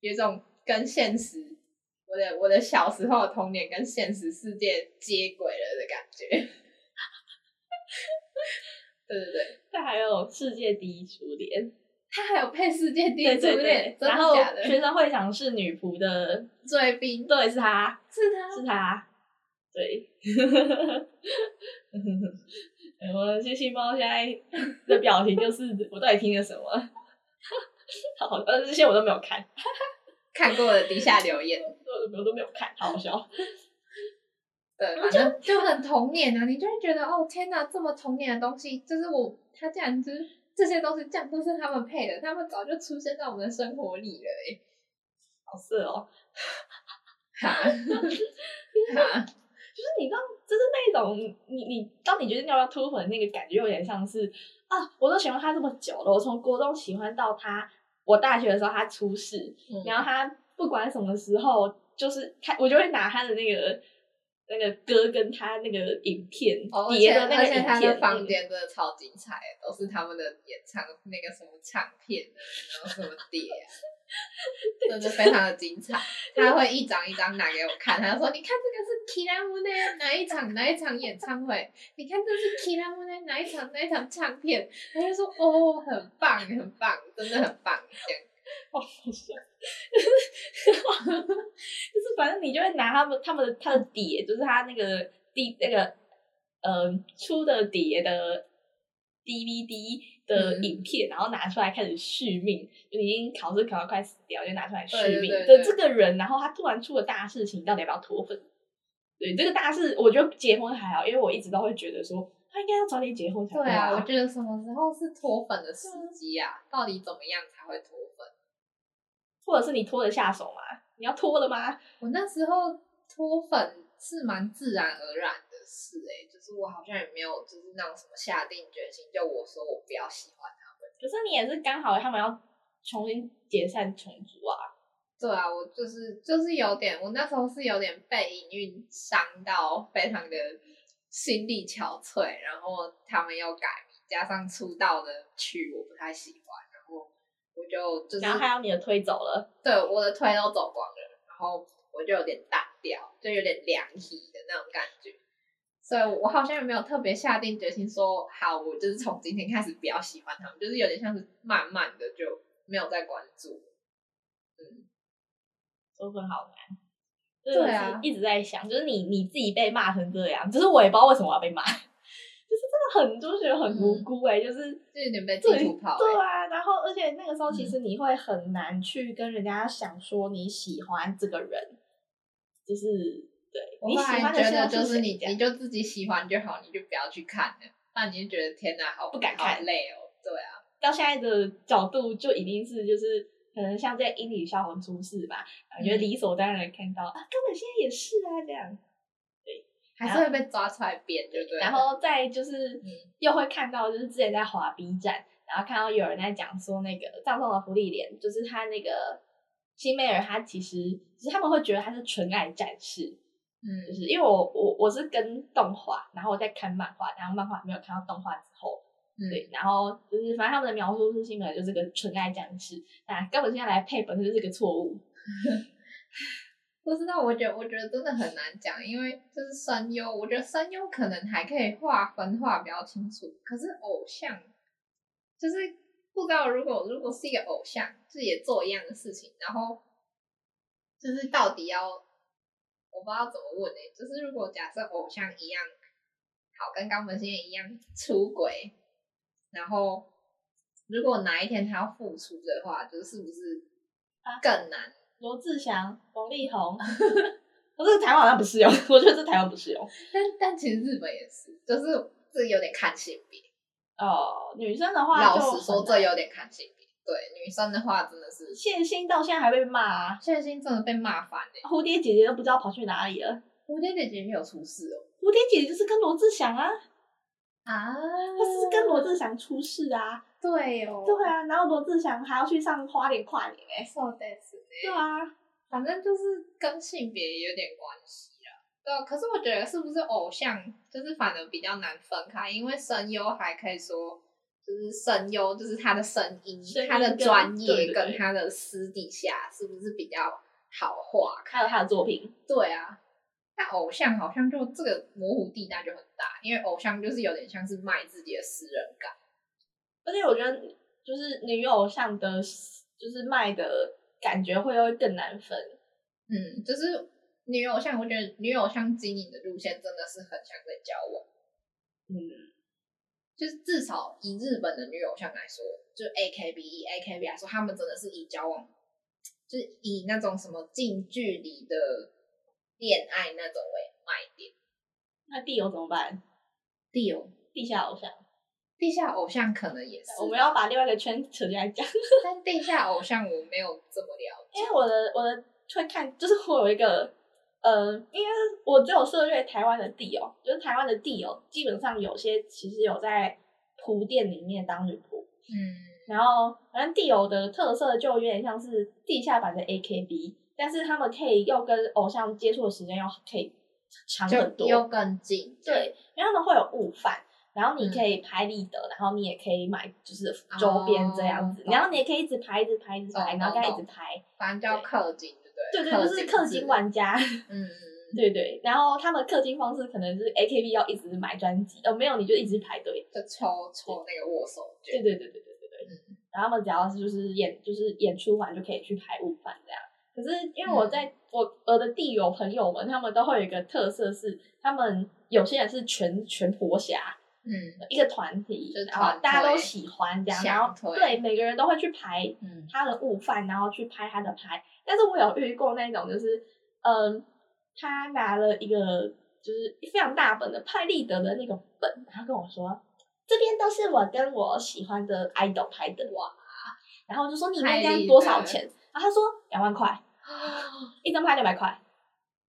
S2: 有一种跟现实，我的我的小时候的童年跟现实世界接轨了的感觉。 对对对，
S1: 他还有世界第一初恋，
S2: 他还有配世界第一
S1: 对
S2: 初
S1: 对
S2: 恋
S1: 对，，
S2: 真
S1: 然
S2: 的
S1: 后
S2: 假的？
S1: 学生会长是女仆的，
S2: 追兵
S1: 对，是他，
S2: 是他，
S1: 是他，对。 哎我这细胞现在的表情就是我到底听了什么？ 好，但是这些我都没有看，
S2: 看过的底下留言，
S1: 我都没有看，好好笑。
S2: 对，反正就很童年啊，你就会觉得哦天哪，这么童年的东西，就是我他竟然就是这些东西，这样都是他们配的，他们早就出现在我们的生活里了、欸，
S1: 好色哦，
S2: 哈 哈，
S1: 就是你知道，就是那种你你当你决定要不要脱粉，那个感觉有点像是啊，我都喜欢他这么久了，我从国中喜欢到他，我大学的时候他出事，
S2: 嗯
S1: 然后他不管什么时候，就是他我就会拿他的那个那个歌跟他那个影片
S2: 哦，而且
S1: 叠的那
S2: 而
S1: 个
S2: 且他
S1: 影片，
S2: 的
S1: 嗯
S2: 房间真的超精彩的，都是他们的演唱那个什么唱片啊，然后什么碟啊，真的非常的精彩。他会一张一张拿给我看，他就说：“你看这个是 k i r a m u n 哪一场哪一场演唱会，你看这是 k i r a m u n 哪一场哪一场唱片。”我就说：“哦，很棒，很棒，真的很棒。”这样
S1: 好好笑。就是反正你就会拿他们他们的他的碟，就是他那个 D 那个呃出的碟的 DVD 的
S2: 嗯
S1: 影片，然后拿出来开始续命，就已经考试考到快死掉，就拿出来续命
S2: 对对对
S1: 的
S2: 对
S1: 这个人，然后他突然出了大事情，到底要不要脱粉？对这个大事，我觉得结婚还好，因为我一直都会觉得说他应该要早点结婚才
S2: 对啊，
S1: 啊
S2: 我觉得什么时候是脱粉的时机啊？到底怎么样才会脱粉？
S1: 或者是你脱得下手吗？你要脱了吗？
S2: 我那时候脱粉是蛮自然而然的事哎、就是我好像也没有就是那种什么下定决心，就我说我不要喜欢他。
S1: 可是你也是刚好他们要重新解散重组啊，
S2: 对啊，我就是就是有点，我那时候是有点被营运伤到，非常的心力憔悴。然后他们又改名，加上出道的曲我不太喜欢，然后我就就是
S1: 然后还有你的推走了，
S2: 对，我的腿都走光了，然后我就有点淡掉，就有点凉皮的那种感觉。所以我好像也没有特别下定决心说，好，我就是从今天开始不要喜欢他们，就是有点像是慢慢的就没有再关注。
S1: 都很好难。
S2: 对啊
S1: 就是一直在想，就是你你自己被骂成这样，就是我也不知道为什么我要被骂，就是真的很就觉得很无辜哎、就是
S2: 嗯就有点被地
S1: 对
S2: 图炮、
S1: 对
S2: 欸。嗯
S1: 啊，然后而且那个时候其实你会很难去跟人家想说你喜欢这个人，就是对
S2: 我
S1: 你
S2: 后
S1: 喜
S2: 来
S1: 欢的
S2: 觉得
S1: 现
S2: 就
S1: 象
S2: 是
S1: 谁
S2: 你
S1: 这样
S2: 你就自己喜欢就好，你就不要去看了，那你就觉得天哪，好
S1: 不敢
S2: 好
S1: 看
S2: 累哦。对啊，
S1: 到现在的角度，就一定是就是可能像在英语消防出事吧，我
S2: 嗯
S1: 觉得理所当然地看到啊，根本现在也是啊这样。
S2: 还是会被抓出来编，对不对？
S1: 然后再就是
S2: 嗯
S1: 又会看到，就是之前在滑 B 站，然后看到有人在讲说那个葬送的福利莲，就是他那个辛美尔，他其实就是他们会觉得他是纯爱战士，就
S2: 嗯
S1: 是因为我我我是跟动画，然后我在看漫画，然后漫画没有看到动画之后，
S2: 嗯，
S1: 对，然后就是反正他们的描述是新美就是个纯爱战士，那根本现在来配本身就是个错误。
S2: 不知道，我觉得我觉得真的很难讲，因为就是声优，我觉得声优可能还可以划分划比较清楚，可是偶像就是不知道，如果如果是一个偶像，就是也做一样的事情，然后就是到底要我不知道怎么问呢、欸就是如果假设偶像一样好，跟冈本先生一样出轨，然后如果哪一天他要复出的话，就是是不是
S1: 啊
S2: 更难？
S1: 罗志祥、王力宏， 可是台湾好像不适用，我觉得这台湾不适用。
S2: 但但其实日本也是，就是这有点看性别。
S1: 哦、女生的话
S2: 老
S1: 就
S2: 实说，
S1: 很
S2: 这
S1: 难
S2: 有点看性别。对女生的话，真的是
S1: 谢欣到现在还被骂、啊，
S2: 现在已经真的被骂翻了。
S1: 蝴蝶姐姐都不知道跑去哪里了。
S2: 蝴蝶姐姐也有出事哦。
S1: 蝴蝶姐姐就是跟罗志祥啊，
S2: 啊，
S1: 她是跟罗志祥出事啊，
S2: 对哦，
S1: 对，啊，然后罗志祥还要去上花莲跨年哎、
S2: so that's it
S1: 对啊，
S2: 反正就是跟性别也有点关系啦。对，啊可是我觉得是不是偶像，就是反而比较难分开，因为声优还可以说，就是声优，就是他的声音
S1: 声音，
S2: 他的
S1: 跟
S2: 专
S1: 对
S2: 业
S1: 对
S2: 跟
S1: 对
S2: 他的私底下是不是比较好画？
S1: 看了他的作品，
S2: 对啊，那偶像好像就这个模糊地带就很大，因为偶像就是有点像是卖自己的私人感。
S1: 而且我觉得就是女偶像的，就是卖的感觉会又更难分。
S2: 嗯，就是女偶像，我觉得女偶像经营的路线真的是很像在交往。
S1: 嗯，
S2: 就是至少以日本的女偶像来说，就 A K B 以 A K B 来说，他们真的是以交往，就是以那种什么近距离的恋爱那种为卖点。
S1: 那地友怎么办？
S2: 地偶
S1: 地下偶像，
S2: 地下偶像可能也是，
S1: 我们要把另外一个圈扯进来讲。
S2: 但地下偶像我没有这么了解
S1: 因。为我的我的会看，就是我有一个，呃，因为我只有涉略台湾的地友，就是台湾的地友，基本上有些其实有在铺店里面当女仆，
S2: 嗯，
S1: 然后反正地友的特色就有点像是地下版的 AKB，但是他们可以又跟偶像接触的时间又可以长很
S2: 就
S1: 多，
S2: 又更近。
S1: 对，因为他们会有午饭，然后
S2: 嗯
S1: 你可以拍立得，然后你也可以买就是周边这样子，
S2: 哦
S1: 然后你也可以一直拍，一直拍，一直拍，
S2: 懂
S1: 然后再一
S2: 懂
S1: 直
S2: 懂
S1: 拍，
S2: 反正叫氪金，对
S1: 对
S2: 不
S1: 对，
S2: 对？
S1: 就是氪金
S2: 制。
S1: 玩家，
S2: 嗯嗯嗯，
S1: 对对。然后他们氪金方式可能就是 AKB 要一直买专辑，呃，没有你就一直排队，
S2: 就抽抽那个握手
S1: 对
S2: 券。
S1: 对对对对对对。
S2: 嗯
S1: 然后他们只要是就是演就是演出完就可以去排午饭这样。可是因为
S2: 嗯
S1: 我在、我我的地友朋友们，他们都会有一个特色是，他们有些人是全全婆侠，
S2: 嗯
S1: 一个团体
S2: 就是，
S1: 然后
S2: 团
S1: 大家都
S2: 推
S1: 喜欢这样，
S2: 想
S1: 然后
S2: 推
S1: 对每个人都会去排
S2: 嗯，
S1: 他的午饭，然后去拍他的拍。但是我有遇过那种，就是嗯，他拿了一个就是非常大本的拍立得的那个本，然后跟我说，这边都是我跟我喜欢的 idol 拍的哇。然后我就说你们
S2: 拍
S1: 这样
S2: 立
S1: 多少
S2: 得
S1: 钱？然后他说两万块，
S2: 啊
S1: 一张拍两百块。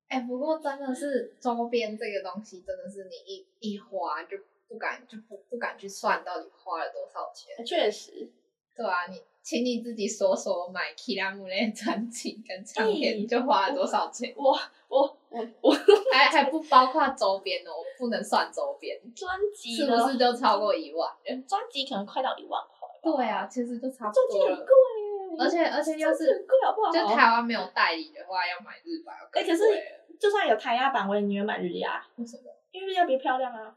S2: 哎、不过真的是周边这个东西，真的是你一一花就不敢就不不敢去算到底花了多少钱。
S1: 确实，
S2: 对啊，你请你自己说说买 Kira 木的专辑跟唱
S1: 哎
S2: 片就花了多少钱，
S1: 我我我
S2: 还还不包括周边哦，我不能算周边，
S1: 专辑
S2: 是不
S1: 的
S2: 是就超过一万？
S1: 专辑可能快到一万块吧。
S2: 对啊，其实就差不
S1: 中介
S2: 多
S1: 很
S2: 了
S1: 贵。耶，
S2: 而且而且又
S1: 中介很
S2: 是
S1: 贵好不好？
S2: 就台湾没有代理的话，要买日版要更
S1: 哎可是
S2: 贵了
S1: 就算有台压版，我也宁愿买日压，
S2: 为什么
S1: 因为日压比较漂亮啊。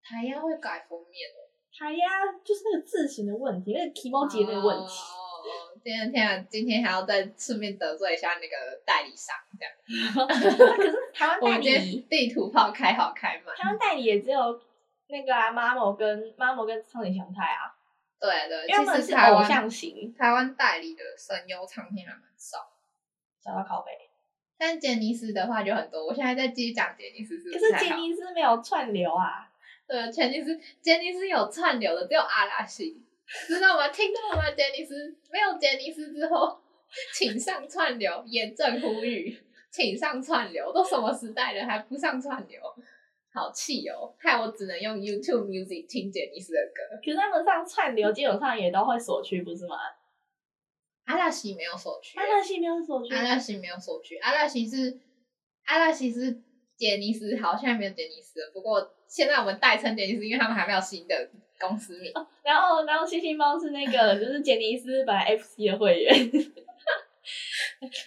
S2: 台湾会改封面哦？
S1: 台压就是那个字形的问题，那个 emoji 的那个问题。
S2: 哦哦哦今天天啊，今天还要再顺便得罪一下那个代理商，这样。
S1: 可是台湾
S2: 我
S1: 代
S2: 们今天
S1: 理，
S2: 地图炮开好开满。
S1: 台湾代理也只有那个啊，Mamo 跟 Mamo 跟苍井翔太啊，
S2: 对
S1: 因
S2: 对，
S1: 为他们
S2: 呃其
S1: 是
S2: 实台
S1: 偶
S2: 湾
S1: 像型，
S2: 台湾代理的声优唱片还蛮少，
S1: 找到靠背。
S2: 但杰尼斯的话就很多。我现在在继续讲杰尼斯是不
S1: 可是
S2: 太
S1: 杰
S2: 嗯好，
S1: 尼斯没有串流啊，
S2: 对，杰尼斯杰尼斯有串流的，只有阿拉西，知道吗？听到吗？杰尼斯没有杰尼斯之后， 请上串流，严正呼吁，请上串流，都什么时代了还不上串流？好气哦！害我只能用 YouTube Music 听杰尼斯的歌。
S1: 可是他们上串流基本上也都会锁区，不是吗？
S2: 阿拉西没有锁区，
S1: 阿乐系没有锁区，
S2: 阿拉西没有锁区，阿拉西是阿拉西是杰尼斯，好，现在没有杰尼斯了。不过现在我们代称杰尼斯，因为他们还没有新的公司名。
S1: 然后，然后星星猫是那 个，就是杰尼斯本来 FC 的会员。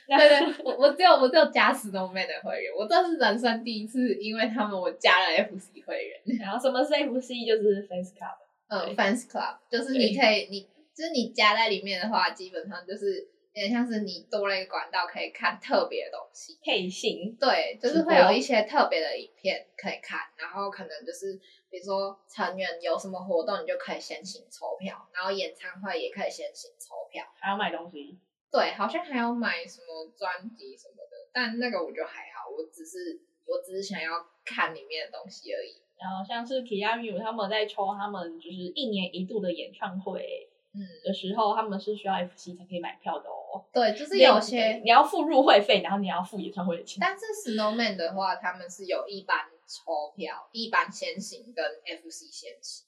S1: 然后
S2: 对对，我我只有我只有加 Snowman 的会员，我这是人生第一次，因为他们我加了 FC 会员，
S1: 然后什么是 FC 就是 Face Club，对
S2: 嗯，Fans Club，就是你可以你就是你加在里面的话，基本上就是有点像是你多了一个管道可以看特别的东西。
S1: 配信。
S2: 对，就是
S1: 直
S2: 会有
S1: 播
S2: 一些特别的影片可以看，然后可能就是比如说成员有什么活动，你就可以先行抽票，然后演唱会也可以先行抽票。
S1: 还要买东西。
S2: 对，好像还有买什么专辑什么的，但那个我就还好，我只是我只是想要看里面的东西而已。
S1: 然后像是 Kiyamu 他们在抽他们就是一年一度的演唱会
S2: 嗯，
S1: 的时候，他们是需要 FC 才可以买票的哦。
S2: 对，就是有些，
S1: 你要付入会费，然后你要付演唱会的钱。
S2: 但是 Snowman 的话，他们是有一般抽票，一般先行跟 FC 先行，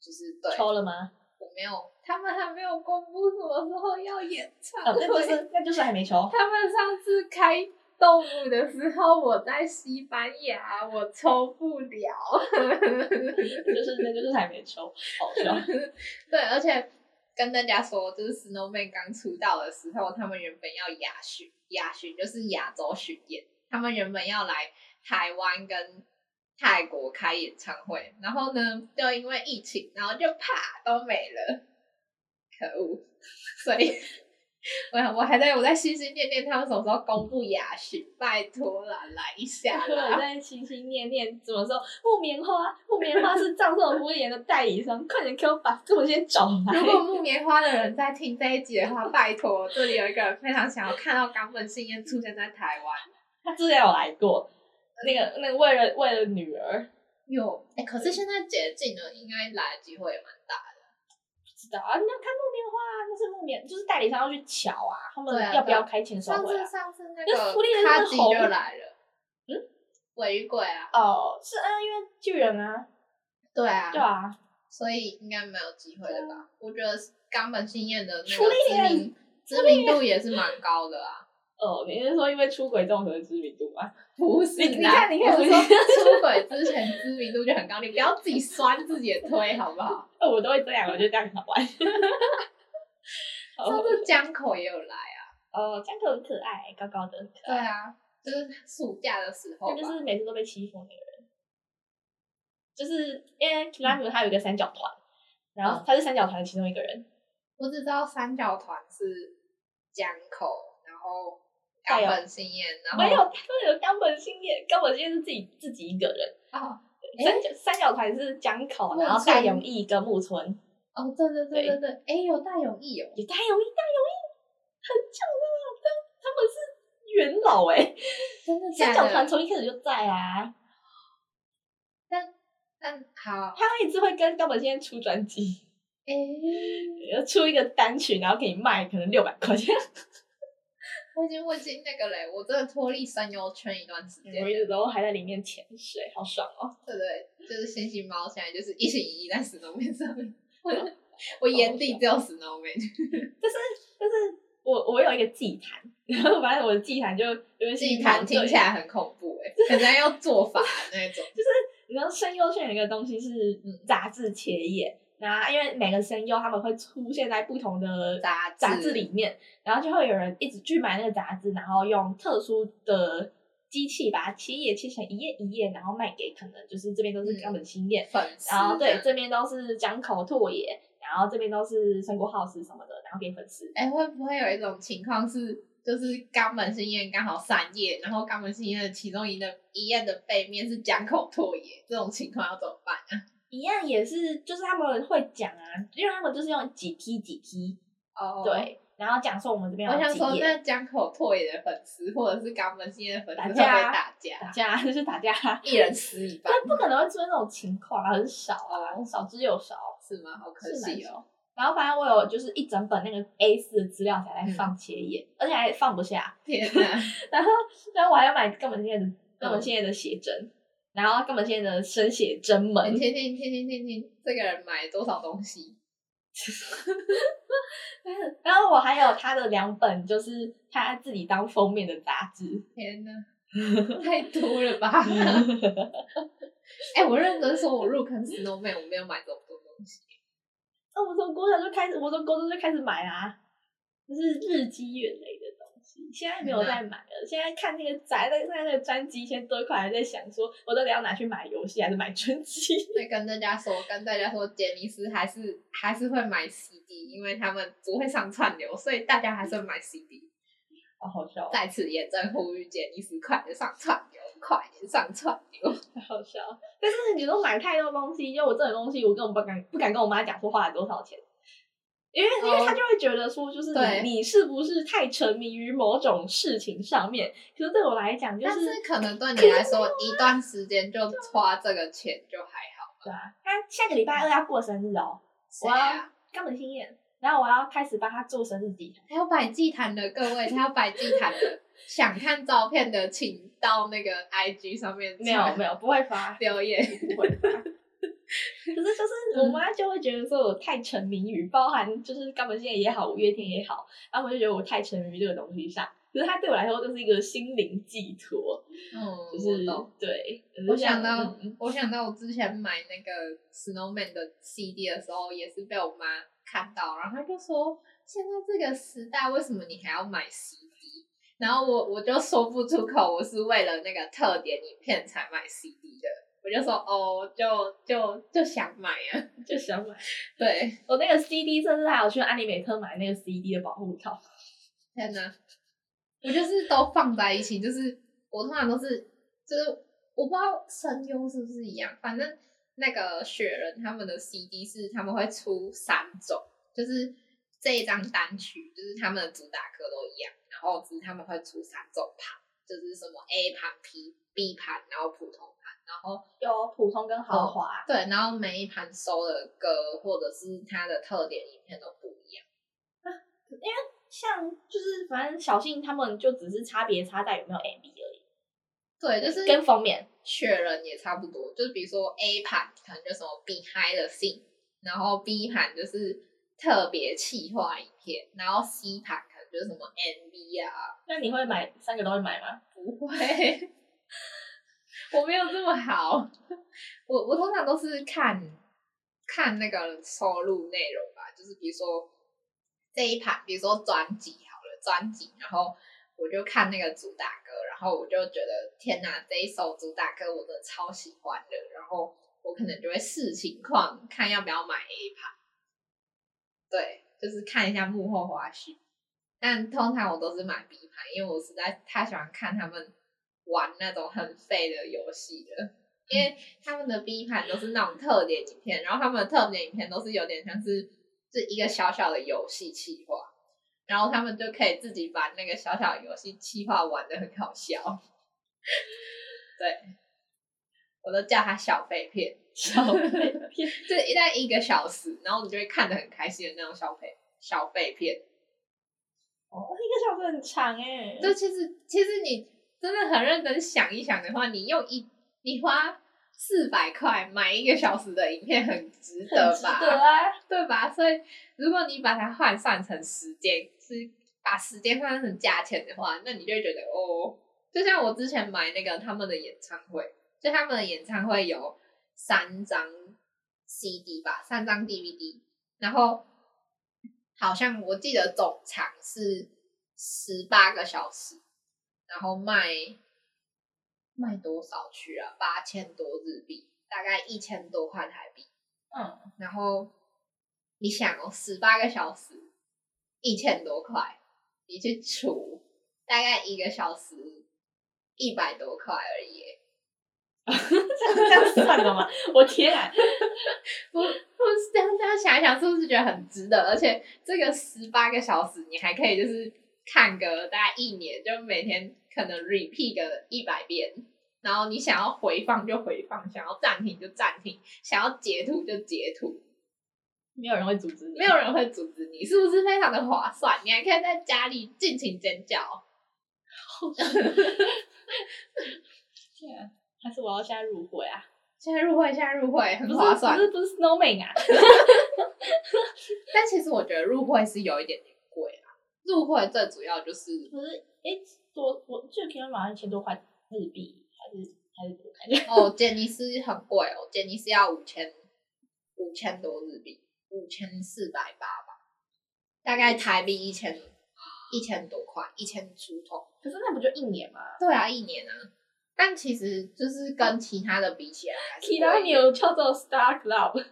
S2: 就是对，
S1: 抽了吗？
S2: 我没有，他们还没有公布什么时候要演唱
S1: 呃，那不
S2: 会。
S1: 是，那就是还没抽。
S2: 他们上次开动物的时候，我在西班牙，我抽不了。
S1: 就 是那就是还没抽，好 笑。
S2: 对，而且跟大家说，就是 Snowman 刚出道的时候，他们原本要亚巡，亚巡就是亚洲巡演，他们原本要来台湾跟泰国开演唱会，然后呢，就因为疫情，然后就啪都没了，可恶！所以我我还在我在心心念念他们什么时候公布亚巡，拜托啦，来一下
S1: 我
S2: 啦！
S1: 在心心念念怎么说？木棉花，木棉花是藏寿福莲的代理商， 快点给我把作先找来
S2: 如。果木棉花的人在听这一集的话，拜托，这里有一个人非常想要看到冈本信彦出现在台湾。
S1: 他之前有来过，那个那个为了为了女儿，不
S2: 有，哎、可是现在解禁了，应该来的机会也蛮大的。
S1: 知道啊？那看木棉花啊，那是木棉，就是代理商要去瞧啊，他
S2: 对啊
S1: 们要不要开签售
S2: 上
S1: 会
S2: 次
S1: 啊？
S2: 上次那
S1: 那
S2: 个
S1: 福利人
S2: 卡
S1: 真的
S2: 吉
S1: 好
S2: 就来了，嗯，尾鱼鬼啊，
S1: 哦，是啊，因为巨人 啊，
S2: 对啊，
S1: 对啊，
S2: 所以应该没有机会了吧？我觉得冈本信彦的那
S1: 福
S2: 个
S1: 利
S2: 知
S1: 人
S2: 名知名度也是蛮高的啊。
S1: 哦，你是说因为出轨综合知名度吗？
S2: 不是
S1: 你你
S2: 啦
S1: 看你看
S2: 我
S1: 你
S2: 是说 出轨之前知名度就很高，你不要自己酸自己的推好不好？
S1: 哦，我都会这样，我就这样好玩。
S2: 上
S1: 哦
S2: 次江口也有来啊，
S1: 哦，江口很可爱，高高的，很可
S2: 对
S1: 爱。
S2: 啊，就是暑假的时候
S1: 他
S2: 吧，
S1: 就是每次都被欺负那个人，就是因为 k i l a m 他有一个三角团，然后他是三角团的其中一个人，
S2: 我只知道三角团是江口，然后冈
S1: 还有
S2: 本信彦，然后
S1: 没有他们有冈本信彦，冈本信彦是自己自己一个人。
S2: 哦
S1: 对三角三角团是江口，
S2: 木
S1: 然后戴
S2: 村
S1: 永义跟木村，
S2: 哦，对对对对对，哎，有大永义哦，
S1: 有戴永义，戴永义很久了，他他们是元老哎、
S2: 真的
S1: 三
S2: 假
S1: 角团
S2: 的？
S1: 从一开始就在啊，
S2: 但但好，
S1: 他们一直会跟冈本信彦出专辑。
S2: 哎，
S1: 要出一个单曲，然后给你卖可能六百块钱。
S2: 我已经我已经那个嘞，我真的脱离山游圈一段时间
S1: 我一直
S2: 了，
S1: 都还在里面潜水，好爽哦！
S2: 对对，就是星星猫现在就是一心一意在 Snowman 上面， 我眼底只有 Snowman，
S1: 但是我我有一个祭坛，然后反正我的祭坛就因为
S2: 祭坛听起，来很恐怖哎，很像要做法的那种，
S1: 你知道声优圈有一个东西是杂志切页，那因为每个声优他们会出现在不同的
S2: 杂
S1: 杂志里面，然后就会有人一直去买那个杂志，然后用特殊的。机器把它切页切成一页一页，然后卖给可能就是这边都是
S2: 嗯
S1: 冈本新叶，
S2: 粉丝这
S1: 然
S2: 样，
S1: 后对，这边都是江口拓也，然后这边都是神国浩司什么的，然后给粉丝。
S2: 哎、会不会有一种情况是，就是冈本信彦刚好散叶，然后冈本信彦的其中一的一页的背面是江口拓也，这种情况要怎么办啊？
S1: 一样也是，就是他们会讲啊，因为他们就是用几批几批，
S2: 哦，
S1: 对，然后讲说我们这边
S2: 我
S1: 有
S2: 想
S1: 几
S2: 说，
S1: 页，
S2: 那江口拓也的粉丝或者是冈本信彦的粉丝
S1: 打
S2: 会不
S1: 架
S2: 会打架？
S1: 打架就是打 架，
S2: 一人撕 一半，
S1: 但不可能会出现这种情况啊，很少啊，少之又少，
S2: 是吗？好可
S1: 是蛮
S2: 惜哦。
S1: 少。然后反正我有就是一整本那个 A 四的资料夹在放切页，而且还放不下，
S2: 天哪！
S1: 然后，然后我还要买根本现在的根本现在的写真，然后根本现在的生写真门
S2: 你，听听听听听听，这个人买了多少东西？
S1: 然后我还有他的两本，就是他自己当封面的杂 志。
S2: 天哪，太多 了吧！哎、我认真说，我入坑 Snowman，我没有买这么多东西。
S1: 那哦我从国小就开始，我从高中就开始买啊，就是日积月累的东西。现在没有再买了，现在看那个宅在在那个专辑一千多块，还在想说我到底要拿去买游戏还是买专辑？
S2: 会跟大家说，跟大家说，杰尼斯还是还是会买 CD，因为他们不会上串流，所以大家还是会买 CD。
S1: 好好笑，哦
S2: 在此严正呼吁杰尼斯快点上串流，快点上串流。
S1: 太好笑。但是你都买太多东西，因为我这种东西，我根本不敢不敢跟我妈讲说花了多少钱。因为，因为她就会觉得说，就是
S2: 对
S1: 你你是不是太沉迷于某种事情上面？可是对我来讲，就
S2: 但
S1: 是
S2: 是可能对你来说，一段时间就花这个钱就还好。
S1: 对啊，他下个礼拜二要过生日哦，
S2: 谁啊？
S1: 冈本新彦，然后我要开始帮他做生日祭坛。
S2: 还有摆祭坛的各位，他要摆祭坛的，想看照片的，请到那个 IG 上面
S1: 没有没有，不会发，
S2: 留 言。
S1: 不会发。可是就
S2: 嗯
S1: 是我妈就会觉得说我太沉迷于，包含就是冈本信彦也好，五月天也好，然后我就觉得我太沉迷于这个东西上。
S3: 可
S1: 可
S3: 是它对我来说就是一个心灵寄托，
S2: 嗯，
S3: 就是
S2: 我懂。
S3: 对。
S2: 我想到
S3: 嗯，
S2: 我想到我之前买那个 Snowman 的 CD 的时候，也是被我妈看到，然后她就说：“现在这个时代，为什么你还要买 CD？” 然后我我就说不出口，我是为了那个特点影片才买 CD 的。我就说：“哦，就就就想买啊。
S3: 就想买。”
S2: 对，
S3: 我那个 CD 甚至还有去安利美特买那个 CD 的保护套，
S2: 天哪！我就是都放在一起，就是我通常都是，就是我不知道声优是不是一样，反正那个雪人他们的 CD 是他们会出三种，就是这一张单曲，就是他们的主打歌都一样，然后只是他们会出三种盘，就是什么 A 盘、P、B 盘，然后普通盘，然后
S3: 有普通跟豪华。
S2: 对，然后每一盘收的歌或者是它的特点影片都不一样。
S3: 像就是反正小信他们就只是差别差在有没有 MV 而
S2: 对，就是
S3: 已，跟封面。
S2: 确认也差不多，就是比如说 A 盘可能就什么 behind the scene，然后 B 盘就是特别企划影片，然后 C 盘可能就是什么 MV 啊，
S3: 那你会买三个都会买吗？
S2: 不会，我没有这么好，我我通常都是看看那个收入内容吧，就是比如说这一盘，比如说专辑好了，专辑，然后我就看那个主打歌，然后我就觉得天哪，这一首主打歌我真的超喜欢的，然后我可能就会视情况看要不要买 A 盘，对，就是看一下幕后花絮。但通常我都是买 B 盘，因为我实在太喜欢看他们玩那种很废的游戏了。因为他们的 B 盘都是那种特点影片，然后他们的特点影片都是有点像是是一个小小的游戏企划，然后他们就可以自己把那个小小的游戏企划玩的很好笑。 对，我都叫它小废片，
S3: 小 废片，
S2: 就一在一个小时，然后你就会看得很开心的那种小废小废片。
S3: 哦，一个小时很长哎、
S2: 就其实其实你真的很认真想一想的话，你用一你花四百块买一个小时的影片，很值
S3: 很
S2: 得
S3: 值
S2: 吧？
S3: 得啊！
S2: 对吧？所以如果你把它换算成时间，是把时间换算成价钱的话，那你就会觉得哦，就像我之前买那个他们的演唱会，就他们的演唱会有三张 CD 吧，三张 DVD，然后好像我记得总长是十八个小时，然后卖卖多少去啊？八千多日币，大概一千多块台币。
S3: 嗯，
S2: 然后你想哦，十八个小时，一千多块，你去除，大概一个小时一百多块而已耶。
S3: 这样这样算了吗？ 我天啊！
S2: 我我是这样这样想一想，是不是觉得很值得？而且这个十八个小时，你还可以就是看个大概一年，就每天可能 repeat 个一百遍，然后你想要回放就回放，想要暂停就暂停，想要截图就截图，
S3: 没有人会阻止你，
S2: 没有人会阻止你，是不是非常的划算？你还可以在家里尽情尖叫。
S3: 天啊！还是我要现在入会啊？
S2: 现在入会，现在入会很
S3: 不
S2: 划
S3: 是
S2: 算
S3: 不，是不是 Snowman 啊？
S2: 但其实我觉得入会是有一点点贵啊。入会最主要就是
S3: 不是，哎、多我这天晚上一千多块日币，还是还是多看一下。
S2: 哦，剪尼斯很贵哦，剪尼斯要五千五千多日币，五千四百八吧，大概台币一千一千多块，一千出头。
S3: 可是那不就一年吗？
S2: 对啊，一年啊。但其实就是跟其他的比起来还是贵，
S3: 其他牛叫做 Star Club，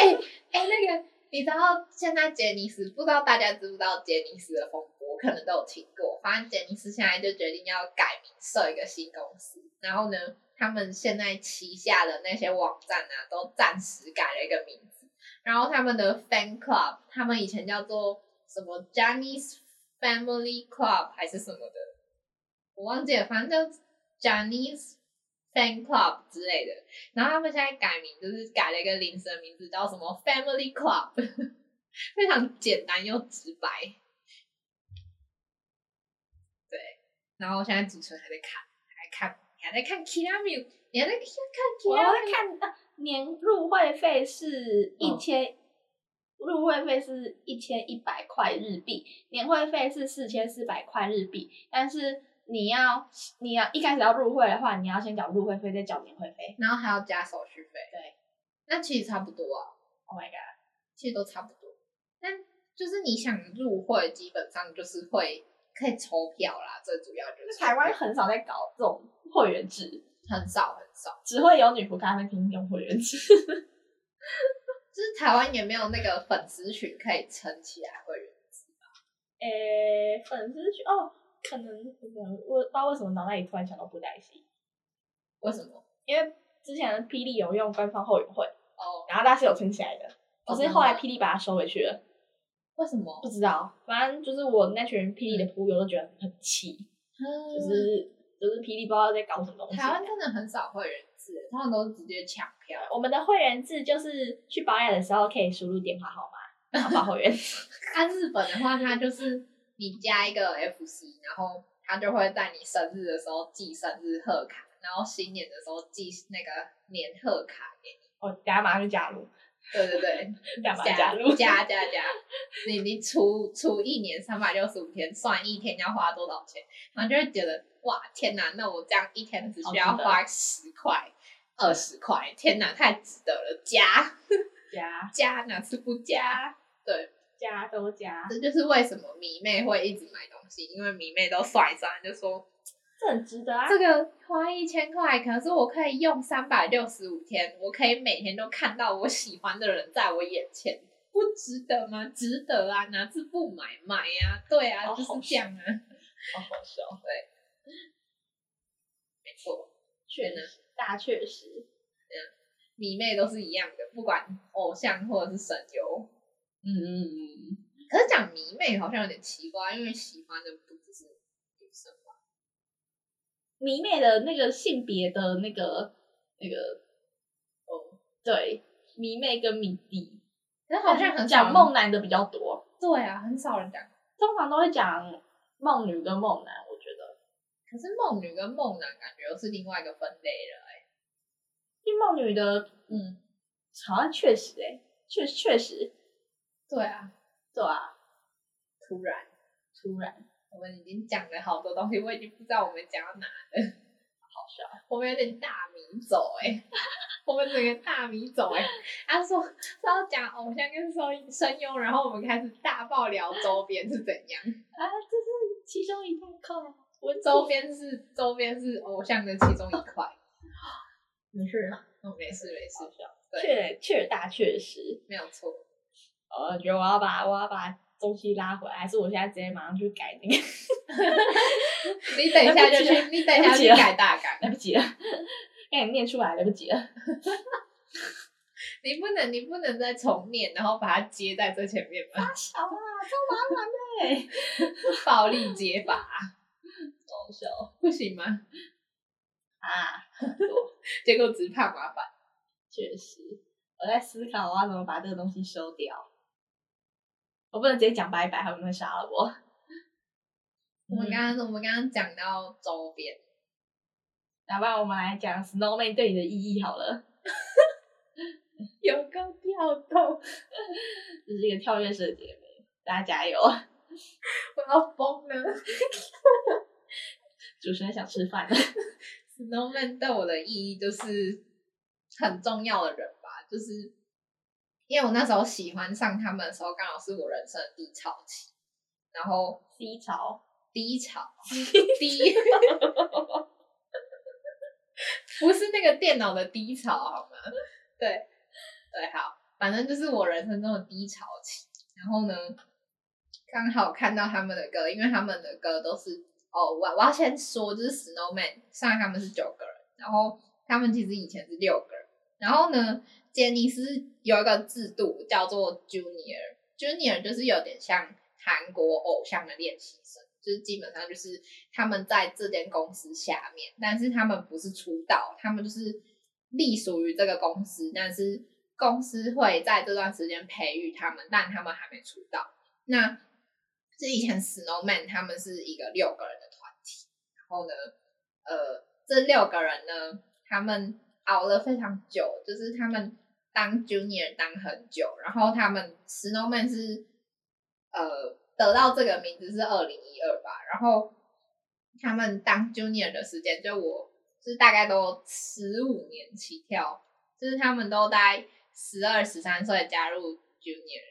S2: 哎、那个你知道现在杰尼斯不知道大家知不知道杰尼斯的风波，可能都有听过。反正杰尼斯现在就决定要改名设一个新公司，然后呢，他们现在旗下的那些网站啊，都暂时改了一个名字。然后他们的 fan club，他们以前叫做什么 j a n i c e Family Club 还是什么的，我忘记了，反正就 j a n i c e Fan Club 之类的。然后他们现在改名，就是改了一个临时的名字，叫什么 Family Club，非 常简单又直白。对，然后现在主持人还在看，还看，你还在看 Kirami，你还在看
S3: 我要
S1: 呃
S2: Kirami，
S1: 嗯
S3: 看啊年入会费是一千
S1: 入会费是一千一百块日币，年会费是四千四百块日币，但是你要你要一开始要入会的话，你要先缴入会费，再缴年会费。
S2: 然后还要加手续费。
S1: 对，
S2: 那其实差不多啊，
S1: Oh my god！
S2: 其实都差不多。但就是你想入会，基本上就是会可以抽票啦，最主要就是
S1: 就台湾
S2: 抽票
S1: 很少在搞这种会员制，
S2: 很少很少，
S1: 只会有女仆咖啡厅用会员 制。
S2: 就是台湾也没有那个粉丝群可以撑起来会员。
S1: 诶、粉丝群哦，可能我我不知道为什么脑袋里突然想到布袋戏，
S2: 为什么？
S1: 因为之前的霹雳有用官方后援会，
S2: 哦，
S1: 然后大家是有撑起哦来的，可是后来霹雳把它收回去了，
S2: 为什么
S1: 不？知道，嗯反正就是我那群霹雳的仆友都觉得很气，就
S2: 嗯，
S1: 是就是霹雳不知道在搞什么东西。
S2: 台湾真的很少会员制，他们都是直接抢票。
S1: 我们的会员制就是去保养的时候可以输入电话号码，然后报会员。
S2: 按、日本的话，它就是你加一个 FC，然后它就会在你生日的时候寄生日贺卡，然后新年的时候寄那个年贺卡给你。
S1: 我等下马上就加入，
S2: 对对对，
S1: 等下马上
S2: 加
S1: 入。
S2: 加加加，你你除除一年三百六十五天，算一天要花多少钱，然后就会觉得哇天哪，那我这样一天只需要
S1: 好值得
S2: 花十块、二十块，天哪，太值得了！加
S1: 加
S2: 加哪次不加？
S1: 加都加，
S2: 这就是为什么迷妹会一直买东西，因为迷妹都算一算就说
S1: 这很值得啊！
S2: 这个花一千块，可是我可以用三百六十五天，我可以每天都看到我喜欢的人在我眼前，不值得吗？值得啊，哪次不买买呀、对啊，
S1: 哦
S2: 就是这样啊，
S1: 好好笑。
S2: 没错，
S1: 确实，大确实。
S2: 迷妹都是一样的，不管偶像或者是神游。
S1: 嗯嗯嗯，
S2: 可是讲迷妹好像有点奇怪，因为喜欢的不只是女生吧？
S1: 迷妹的那个性别的那个那个，哦，对，迷妹跟迷弟，
S2: 可是好像很少
S1: 啊讲梦男的比较多，
S2: 对啊，很少人讲。
S1: 通常都会讲梦女跟梦男，我觉得。
S2: 可是梦女跟梦男感觉又是另外一个分类了、欸。
S1: 因为梦女的
S2: 嗯，
S1: 好像确实哎、确确实
S2: 对啊，
S1: 对啊，
S2: 突然
S1: 突然
S2: 我们已经讲了好多东西，我已经不知道我们讲到哪了， 好
S1: 笑。
S2: 我们有点大迷走哎、欸，我们整个大迷走哎、欸。他说说要讲偶像跟声声优，然后我们开始大爆聊周边是怎样，
S1: 啊，这是其中一大块。我
S2: 周边是周边是偶像的其中一块。
S1: 没事，
S2: 哦，没事没事，对，
S1: 确确大确实。呃
S2: 没有错。
S1: 我觉得我要把我要把东西拉回来，还是我现在直接马上去改那个？
S2: 你等一下就 去，你等一下去改大纲。
S1: 来不及了， 让你念出来来不及了。啊
S2: 你不能，你不能再重念，然后把它接在最前面吧？
S1: 小啊，超麻 烦的， 欸
S2: 暴力接法
S1: 搞笑哦
S2: 不行吗？
S1: 啊，
S2: 结果只怕麻烦。
S1: 确实，我在思考我要怎么把这个东西收掉。我不能直接讲拜拜，他们会杀了我。嗯
S2: 我们刚刚我们刚刚讲到周边，
S1: 要不然我们来讲 Snowman 对你的意义好了，
S2: 有够跳动，
S1: 这是一个跳跃式的姐妹，大家加油！
S2: 我要疯啊了。
S1: 主持人想吃 饭，
S2: Snowman 对我的意义就是很重要的人吧，就是因为我那时候喜欢上他们的时候，刚好是我人生的低潮期，然后
S1: 低潮，
S2: 低 潮低，不是那个电脑的低潮好吗？对对，好，反正就是我人生中的低潮期。然后呢，刚好看到他们的歌，因为他们的歌都是哦，我我要先说，就是 Snowman，上海他们是九个人，然后他们其实以前是六个人。然后呢，杰尼斯有一个制度叫做 Junior。Junior 就是有点像韩国偶像的练习生，就是基本上就是他们在这间公司下面，但是他们不是出道，他们就是隶属于这个公司，但是公司会在这段时间培育他们，但他们还没出道。那是以前 Snowman 他们是一个六个人的团体，然后呢，呃，这六个人呢，他们熬了非常久，就是他们当 junior 当很久，然后他们 Snowman 是呃得到这个名字是二零一二吧，然后他们当 junior 的时间就我就是大概都十五年起跳，就是他们都在十二十三岁加入 junior，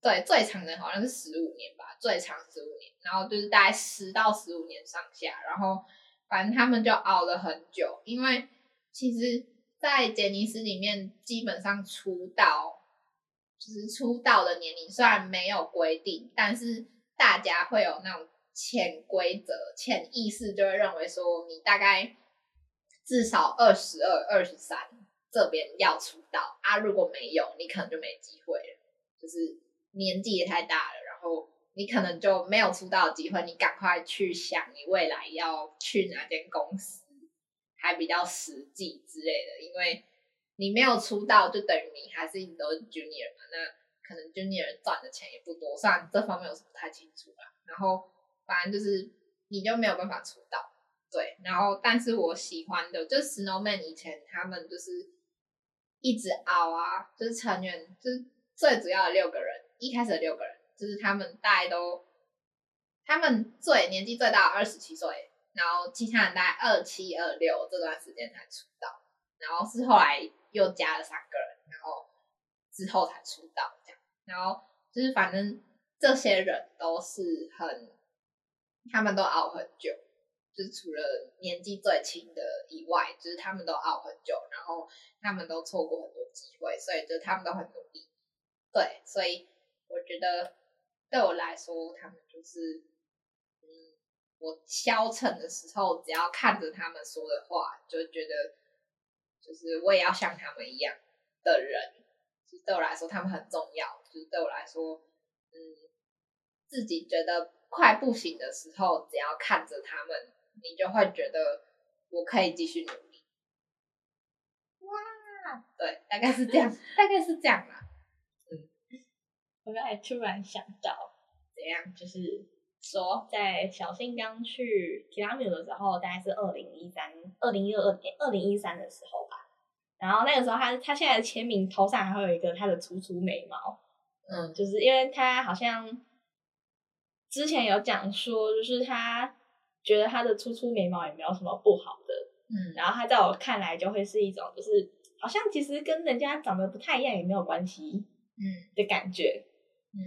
S2: 对，最长的好像是十五年吧，最长十五年，然后就是大概十到十五年上下，然后反正他们就熬了很久，因为其实，在杰尼斯里面，基本上出道就是出道的年龄虽然没有规定，但是大家会有那种潜规则、潜意识就会认为说，你大概至少二十二、二十三这边要出道啊，如果没有，你可能就没机会了，就是年纪也太大了，然后你可能就没有出道的机会，你赶快去想你未来要去哪间公司，还比较实际之类的，因为你没有出道，就等于你还是一直都是 junior 嘛，那可能 junior 赚的钱也不多，虽然这方面我是不太清楚啦，然后反正就是你就没有办法出道。对，然后但是我喜欢的就是 Snowman 以前他们就是一直熬啊，就是成员就是最主要的六个人，一开始的六个人就是他们大概都，他们最年纪最大二十七岁，然后其他人大概二七二六这段时间才出道，然后是后来又加了三个人，然后之后才出道这样，然后就是反正这些人都是很，他们都熬很久。就是除了年纪最轻的以外，就是他们都熬很久，然后他们都错过很多机会，所以就是他们都很努力。对，所以我觉得对我来说，他们就是，嗯，我消沉的时候，只要看着他们说的话，就觉得就是我也要像他们一样的人。就是对我来说，他们很重要。就是对我来说，嗯，自己觉得快不行的时候，只要看着他们，你就会觉得我可以继续努力。哇，对，大概是这 样，大概是这样啦。
S1: 我刚才突然想到，
S2: 怎样？
S1: 就是
S2: 说
S1: 在小信刚去提拉米的时候，大概是二零一三、二零一二、二零一三的时候吧。然后那个时候他，他现在的签名头上还会有一个他的粗粗眉毛，
S2: 嗯
S1: 就是因为他好像之前有讲说，就是他觉得他的粗粗眉毛也没有什么不好的，
S2: 嗯，
S1: 然后他在我看来就会是一种，就是好像其实跟人家长得不太一样也没有关系，
S2: 嗯
S1: 的感觉，
S2: 嗯，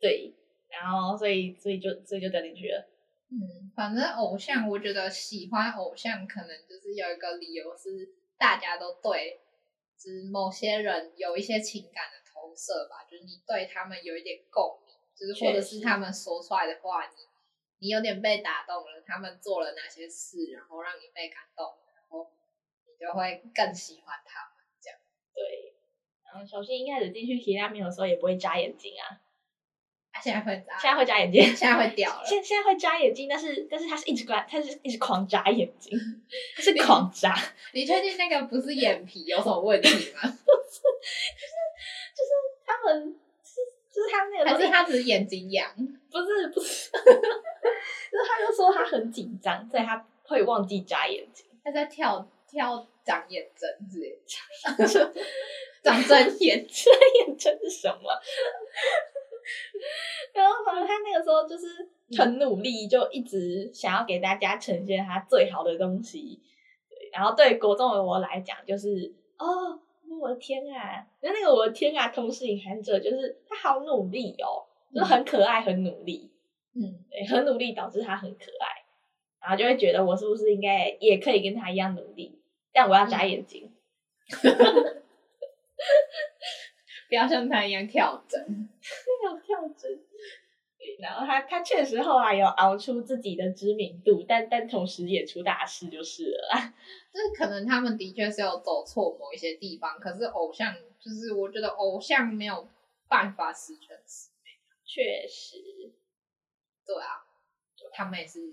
S1: 对，然后所以所以就所以就掉进去了，
S2: 嗯，反正偶像，我觉得喜欢偶像可能就是有一个理由是大家都对，就是某些人有一些情感的投射吧，就是你对他们有一点共鸣，就是或者
S1: 确
S2: 是
S1: 实
S2: 他们说出来的话，你你有点被打动了，他们做了哪些事，然后让你被感动，然后你就会更喜欢他们。
S1: 对。然后小新一开始进去提拉米的时候也不会眨眼睛啊，
S2: 啊，现在会这样
S1: 现在会眨眼睛，
S2: 现在会掉了
S1: 现现在会眨眼睛，但是但是他是一直关，他是一直狂眨眼 睛，他是狂眨，
S2: 你确定那个不是眼皮有什么问题 吗？
S1: 就是他们就是就是他那个时
S2: 还
S1: 候
S2: 是他只是眼睛痒？
S1: 不是不是， 就是他就说他很紧张，所以他会忘记眨眼睛。
S2: 他在跳跳长眼针之类的， 长针眼。
S1: 这眼真是什么？ 然后反正他那个时候就是很努力，就一直想要给大家呈现他最好的东西。对，然后对国中的我来讲，就是哦，我的天啊！那那个我的天啊，同时隐含着就是他好努力哦，就是很可爱，很努力，
S2: 嗯，
S1: 对，很努力导致他很可爱，然后就会觉得我是不是应该也可以跟他一样努力？但我要眨眼睛。
S2: 不要像他一样跳针。
S1: 有跳针。对然后他他确实后来有熬出自己的知名度，但但同时也出大事就是了啊啦。
S2: 就是可能他们的确是有走错某一些地方，可是偶像就是我觉得偶像没有办法十全十美。
S1: 确实，
S2: 对啊，就他们也是人。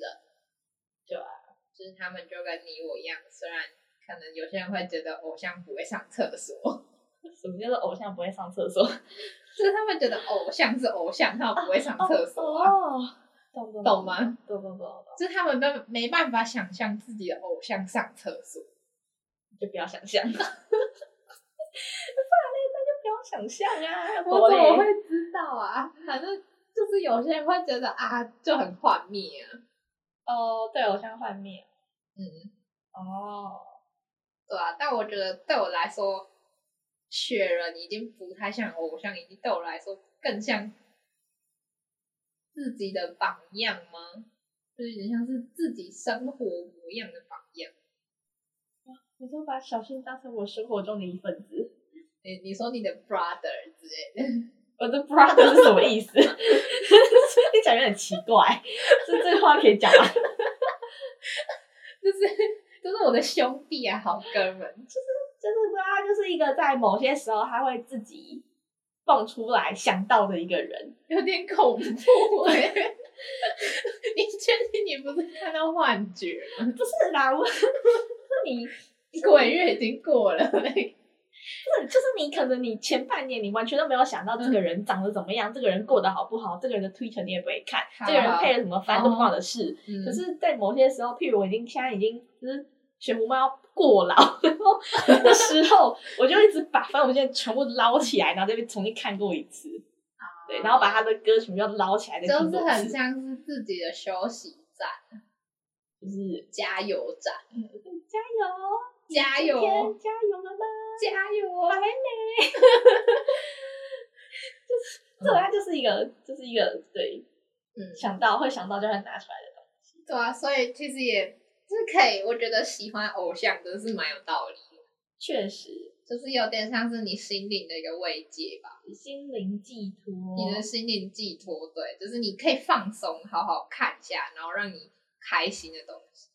S1: 对啊，
S2: 就是他们就跟你我一样，虽然可能有些人会觉得偶像不会上厕所，
S1: 什么叫做偶像不会上厕所？
S2: 就是他们觉得偶像是偶像，他们不会上厕所啊。
S1: 哦，懂懂
S2: 懂吗？
S1: 懂懂懂懂，
S2: 就是他们都没办法想象自己的偶像上厕所，
S1: 就不要想象。想象啊，
S2: 我怎么
S1: 嘞
S2: 会知道啊？反正就是有些人会觉得啊，就很幻灭啊。
S1: 哦，对，偶像幻灭。
S2: 嗯，
S1: 哦，
S2: 对啊。但我觉得对我来说，雪人已经不太像偶像，已经对我来说更像自己的榜样吗？就是有点像是自己生活模样的榜样。
S1: 你就把小新当成我生活中的一份子。
S2: 你你说你的 brother 之类的，
S1: 我的 brother 是什么意思？ 你讲有点奇怪，这这话可以讲吗？
S2: 就是就是我的兄弟啊，好哥们。
S1: 就是他就是一个在某些时候他会自己蹦出来想到的一个人。
S2: 有点恐怖哎、 你确定你不是看到幻觉吗？
S1: 不是啦，我 是你，
S2: 鬼月已经过了、
S1: 不是就是你，可能你前半年你完全都没有想到这个人长得怎么样，这个人过得好不好，这个人的 Twitter 你也不会看，
S2: 好
S1: 这个人配了什么番都不关我的事。
S2: 嗯
S1: 可是，在某些时候，譬如我已经现在已经就是学母猫过劳， 然后的时候，我就一直把范文健全部捞起来，然后再被重新看过一次，对，然后把他的歌全部要捞起来再
S2: 就
S1: 听
S2: 哦是
S1: 过一
S2: 很
S1: 次，
S2: 像是自己的休息站、
S1: 就是
S2: 加油站、
S1: 加油，
S2: 加
S1: 今天
S2: 油、
S1: 加油了吗？
S2: 加油哦
S1: 还，没，就是这它就是一个就是一个对，
S2: 嗯，
S1: 想到会想到就会拿出来的东西，
S2: 对啊，所以其实也就是可以，我觉得喜欢偶像真是蛮有道理的，
S1: 确实
S2: 就是有点像是你心灵的一个慰藉吧，
S1: 心灵寄托，
S2: 你的心灵寄托，对，就是你可以放松，好好看一下，然后让你开心的东西。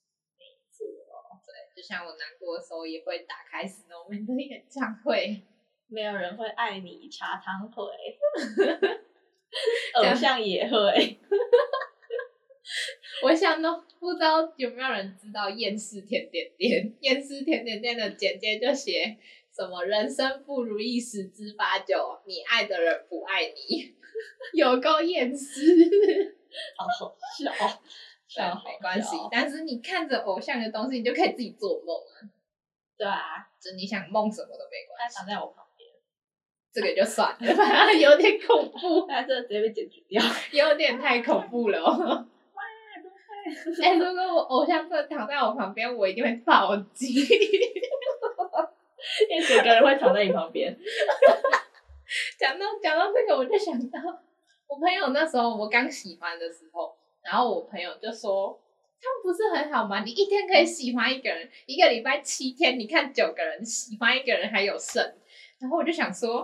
S2: 对，就像我难过的时候也会打开 Snowman 的演唱会，
S1: 没有人会爱你，茶汤 会，
S2: 这样
S1: 偶像也会。
S2: 我想都不知道有没有人知道厌世甜点店，厌世甜点店的简介就写什么人生不如意十之八九，你爱的人不爱你，有够厌世。
S1: 好好笑， 笑好
S2: 没关系
S1: 笑，哦
S2: 但是你看着偶像的东西，你就可以自己做梦啊，
S1: 对啊，
S2: 就你想梦什么都没关
S1: 他
S2: 系，
S1: 躺在我旁边，
S2: 这个就算了，反正有点恐 怖，
S1: 他这直接被解决掉。
S2: 有点太恐怖了哦。哎、如果我偶像真的躺在我旁边，我一定会暴 击。
S1: 因为整个人会躺在你旁边，
S2: 讲到讲到这个，我就想到我朋友那时候我刚喜欢的时候，然后我朋友就说。他们不是很好吗？你一天可以喜欢一个人，一个礼拜七天，你看九个人喜欢一个人还有剩。然后我就想说，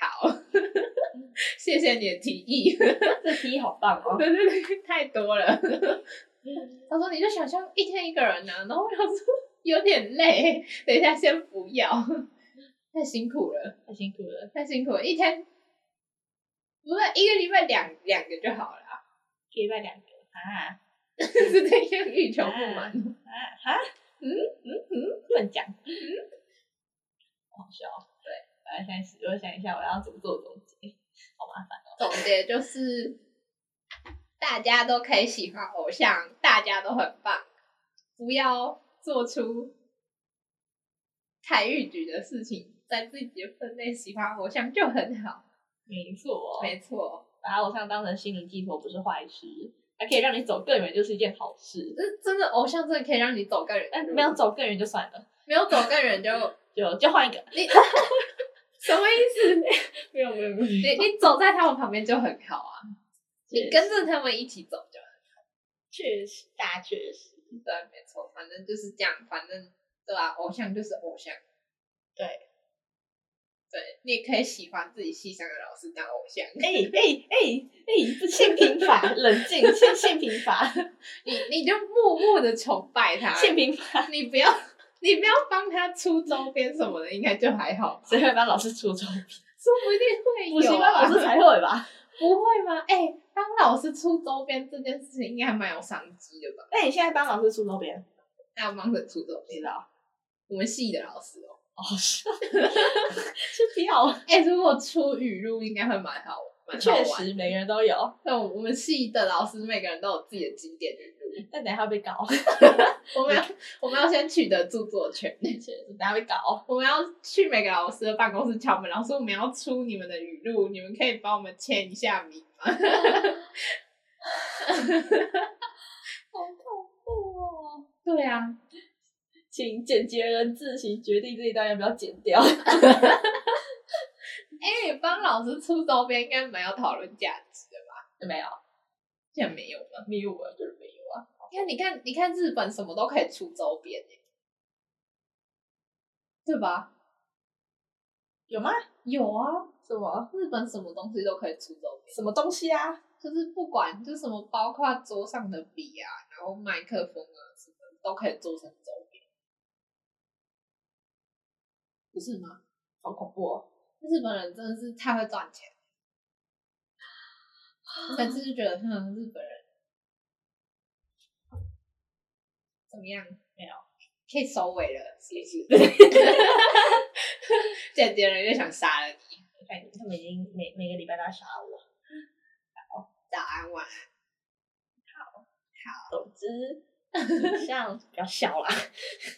S2: 好， 谢谢你的提议。
S1: 这题好棒哦！
S2: 对对对，太多了。他说你就想象一天一个人呢、然后我想说有点累，等一下先不要，太辛苦了，
S1: 太辛苦了，
S2: 太辛苦了，一天不是一个礼拜两两个就好了啊，
S1: 可以拜两个啊
S2: 是这样欲求不满。
S1: 啊哈，嗯嗯嗯，乱讲，嗯，好笑。哦对，我来想，我想一下我要怎么做总结，好麻烦。
S2: 总结就是，大家都可以喜欢偶像，大家都很棒，不要做出太逾矩的事情，在自己的分内喜欢偶像就很好。
S1: 没错，哦
S2: 没错，
S1: 把偶像当成心灵寄托不是坏事，还可以让你走更远，就是一件好事。
S2: 这真的偶像真的可以让你走更远，
S1: 哎但没有走更远就算了，
S2: 没有走更远 就
S1: 就就换一个。
S2: 你什么意思？
S1: 没有没有没有，
S2: 你你走在他们旁边就很好啊，你跟着他们一起走就好。
S1: 确实大确实，
S2: 对，没错，反正就是这样，反正对吧、偶像就是偶像，对，对，你也可以喜欢自己系上的老师当偶像。
S1: 哎哎哎哎，这性平法，冷静，性性平法，
S2: 你你就默默的崇 拜他，
S1: 性平法，
S2: 你不要你不要帮他出周边什么的，应该就还好，
S1: 谁会帮老师出周边？
S2: 说不一定
S1: 补
S2: 会
S1: 习
S2: 有、
S1: 班老
S2: 啊。
S1: 师才会吧？
S2: 不会吗？哎、当老师出周边这件事情应该还蛮有商机的吧？
S1: 那哎你现在帮老师出周边，
S2: 那帮着出周边
S1: 知，道？
S2: 我们系的老师哦、
S1: 哦，是 是不要，
S2: 哎、如果出语录应该会蛮好，蛮好
S1: 确
S2: 玩的。
S1: 实每个人都有。
S2: 那我们系的老师每个人都有自己的经典语录，
S1: 但等一下会被搞，
S2: 我 们要我们要先取得著作权，
S1: 等一下被搞。
S2: 我们要去每个老师的办公室敲门，然后说我们要出你们的语录，你们可以帮我们签一下名吗？
S1: 好恐怖哦！
S2: 对啊，
S1: 请剪辑人自行决定这一段要不要剪掉。
S2: 哎、帮老师出周边应该蛮有讨论价值的吧？
S1: 没有，
S2: 现在没有吧？
S1: 没有啊，就是没有啊。
S2: 你看，你看，你看，日本什么都可以出周边、欸，对吧？
S1: 有吗？
S2: 有啊，
S1: 什么
S2: 日本什么东西都可以出周边，
S1: 什么东西啊？
S2: 就是不管就是什么，包括桌上的笔啊，然后麦克风啊什么的都可以做成周边，不是吗？
S1: 好恐怖哦！
S2: 日本人真的是太会赚钱，我每次就觉得哼，日本人怎么样？没有，可以收尾了，是不是？ 姐姐人就想杀了你。
S1: 反正他们已经每每个礼拜都要杀我。
S2: 早安，晚安。
S1: 总之，以上比较小啦。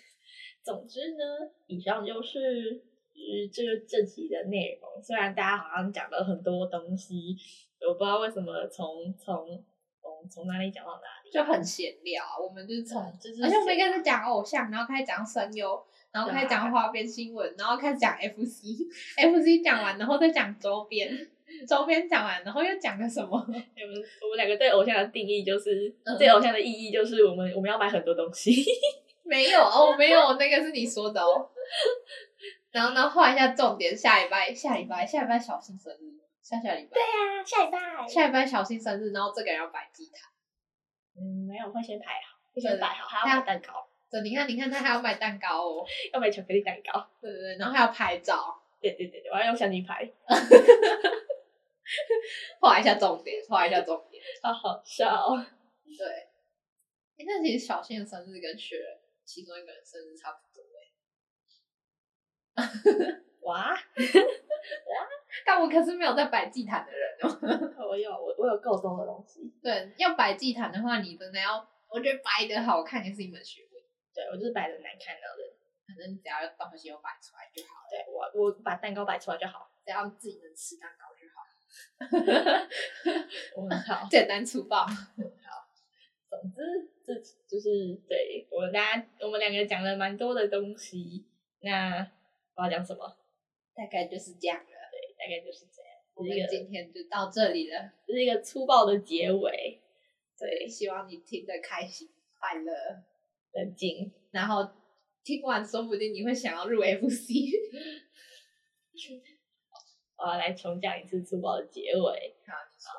S1: 总之呢，以上就是就是这个这集的内容。虽然大家好像讲了很多东西，我不知道为什么从从从从哪里讲到哪里，
S2: 就很闲聊啊，我们就是从，
S1: 就是
S2: 而且我们一开
S1: 跟
S2: 始讲偶像，然后开始讲声优，然后开始讲花边新闻，然后开始讲 FC，FC 讲完，然后再讲周边，周边讲完，然后又讲了什么？
S1: 我们我们两个对偶像的定义就是、
S2: 嗯
S1: 对偶像的意义就是我们我们要买很多东西。
S2: 没有哦，没有，那个是你说的哦。 然后呢，画一下重点，下礼拜，下礼拜，下礼拜小新生日，下下礼拜，
S1: 啊，下礼拜
S2: 下礼拜小新生日，然后这个人要摆祭坛。
S1: 嗯，没有，会先排好，会
S2: 对
S1: 先摆好，还要买蛋糕，
S2: 对，你看，你看，他还要买蛋糕哦，
S1: 要买巧克力蛋糕。
S2: 对对对，然后还要拍照，
S1: 对对对对，我要用相机拍，
S2: 画一下重点，画一下重点。
S1: 好好笑哦。
S2: 对，诶那其实小新的生日跟雪人其中一个人生日差不多诶，
S1: 哇，
S2: 但我可是没有在摆祭坛的人哦。
S1: 我有我我有够多的东西。
S2: 对，要摆祭坛的话，你真的要，我觉得摆的好看也是一门学问，
S1: 对，我就是摆的难看到的。
S2: 反正你只要东西有摆出来就好，
S1: 对我，我把蛋糕摆出来就好，
S2: 只要自己能吃蛋糕就好，
S1: 我很好。
S2: 简单粗暴。
S1: 总之，这就是对我们大家，我们两个讲了蛮多的东西。那我要讲什么？
S2: 大概就是这样了，
S1: 对，大概就是这样。
S2: 我
S1: 这
S2: 们
S1: 是一个
S2: 今天就到这里了。
S1: 这是一个粗暴的结尾。
S2: 对，
S1: 对，
S2: 希望你听得开心快乐，
S1: 冷静。
S2: 然后听完说不定你会想要入 FC。
S1: 我呃要来重讲一次粗暴的结尾。啊
S2: 好，你说。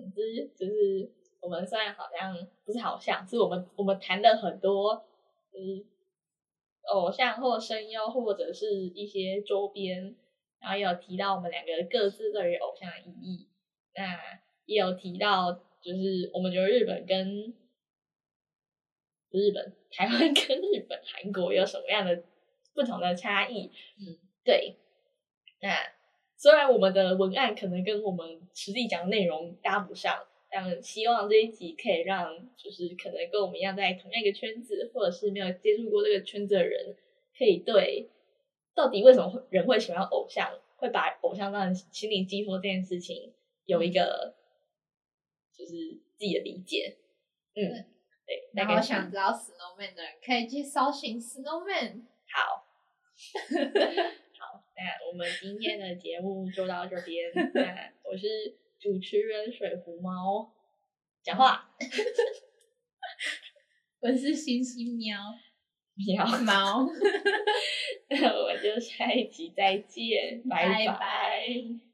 S1: 总之就是我们虽然好像不是好像，是我们我们谈了很多，嗯，偶像或声优或者是一些周边，然后也有提到我们两个各自对于偶像的意义，那也有提到就是我们觉得日本跟日本、台湾跟日本、韩国有什么样的不同的差异？
S2: 嗯，
S1: 对，那。虽然我们的文案可能跟我们实际讲的内容搭不上，但希望这一集可以让就是可能跟我们一样在同样一个圈子，或者是没有接触过这个圈子的人，可以对到底为什么会人会喜欢偶像，会把偶像当成心灵寄托这件事情，有一
S2: 嗯
S1: 个就是自己的理解。嗯，对，大
S2: 然
S1: 概
S2: 后
S1: 是
S2: 想知道 Snowman 的人可以去搜寻 Snowman。
S1: 好。好，那哎我们今天的节目就到这边。那我是主持人水壶猫，讲话
S2: 我是星星喵
S1: 喵，
S2: 猫。
S1: 那我们就下一集再见，拜
S2: 拜
S1: 拜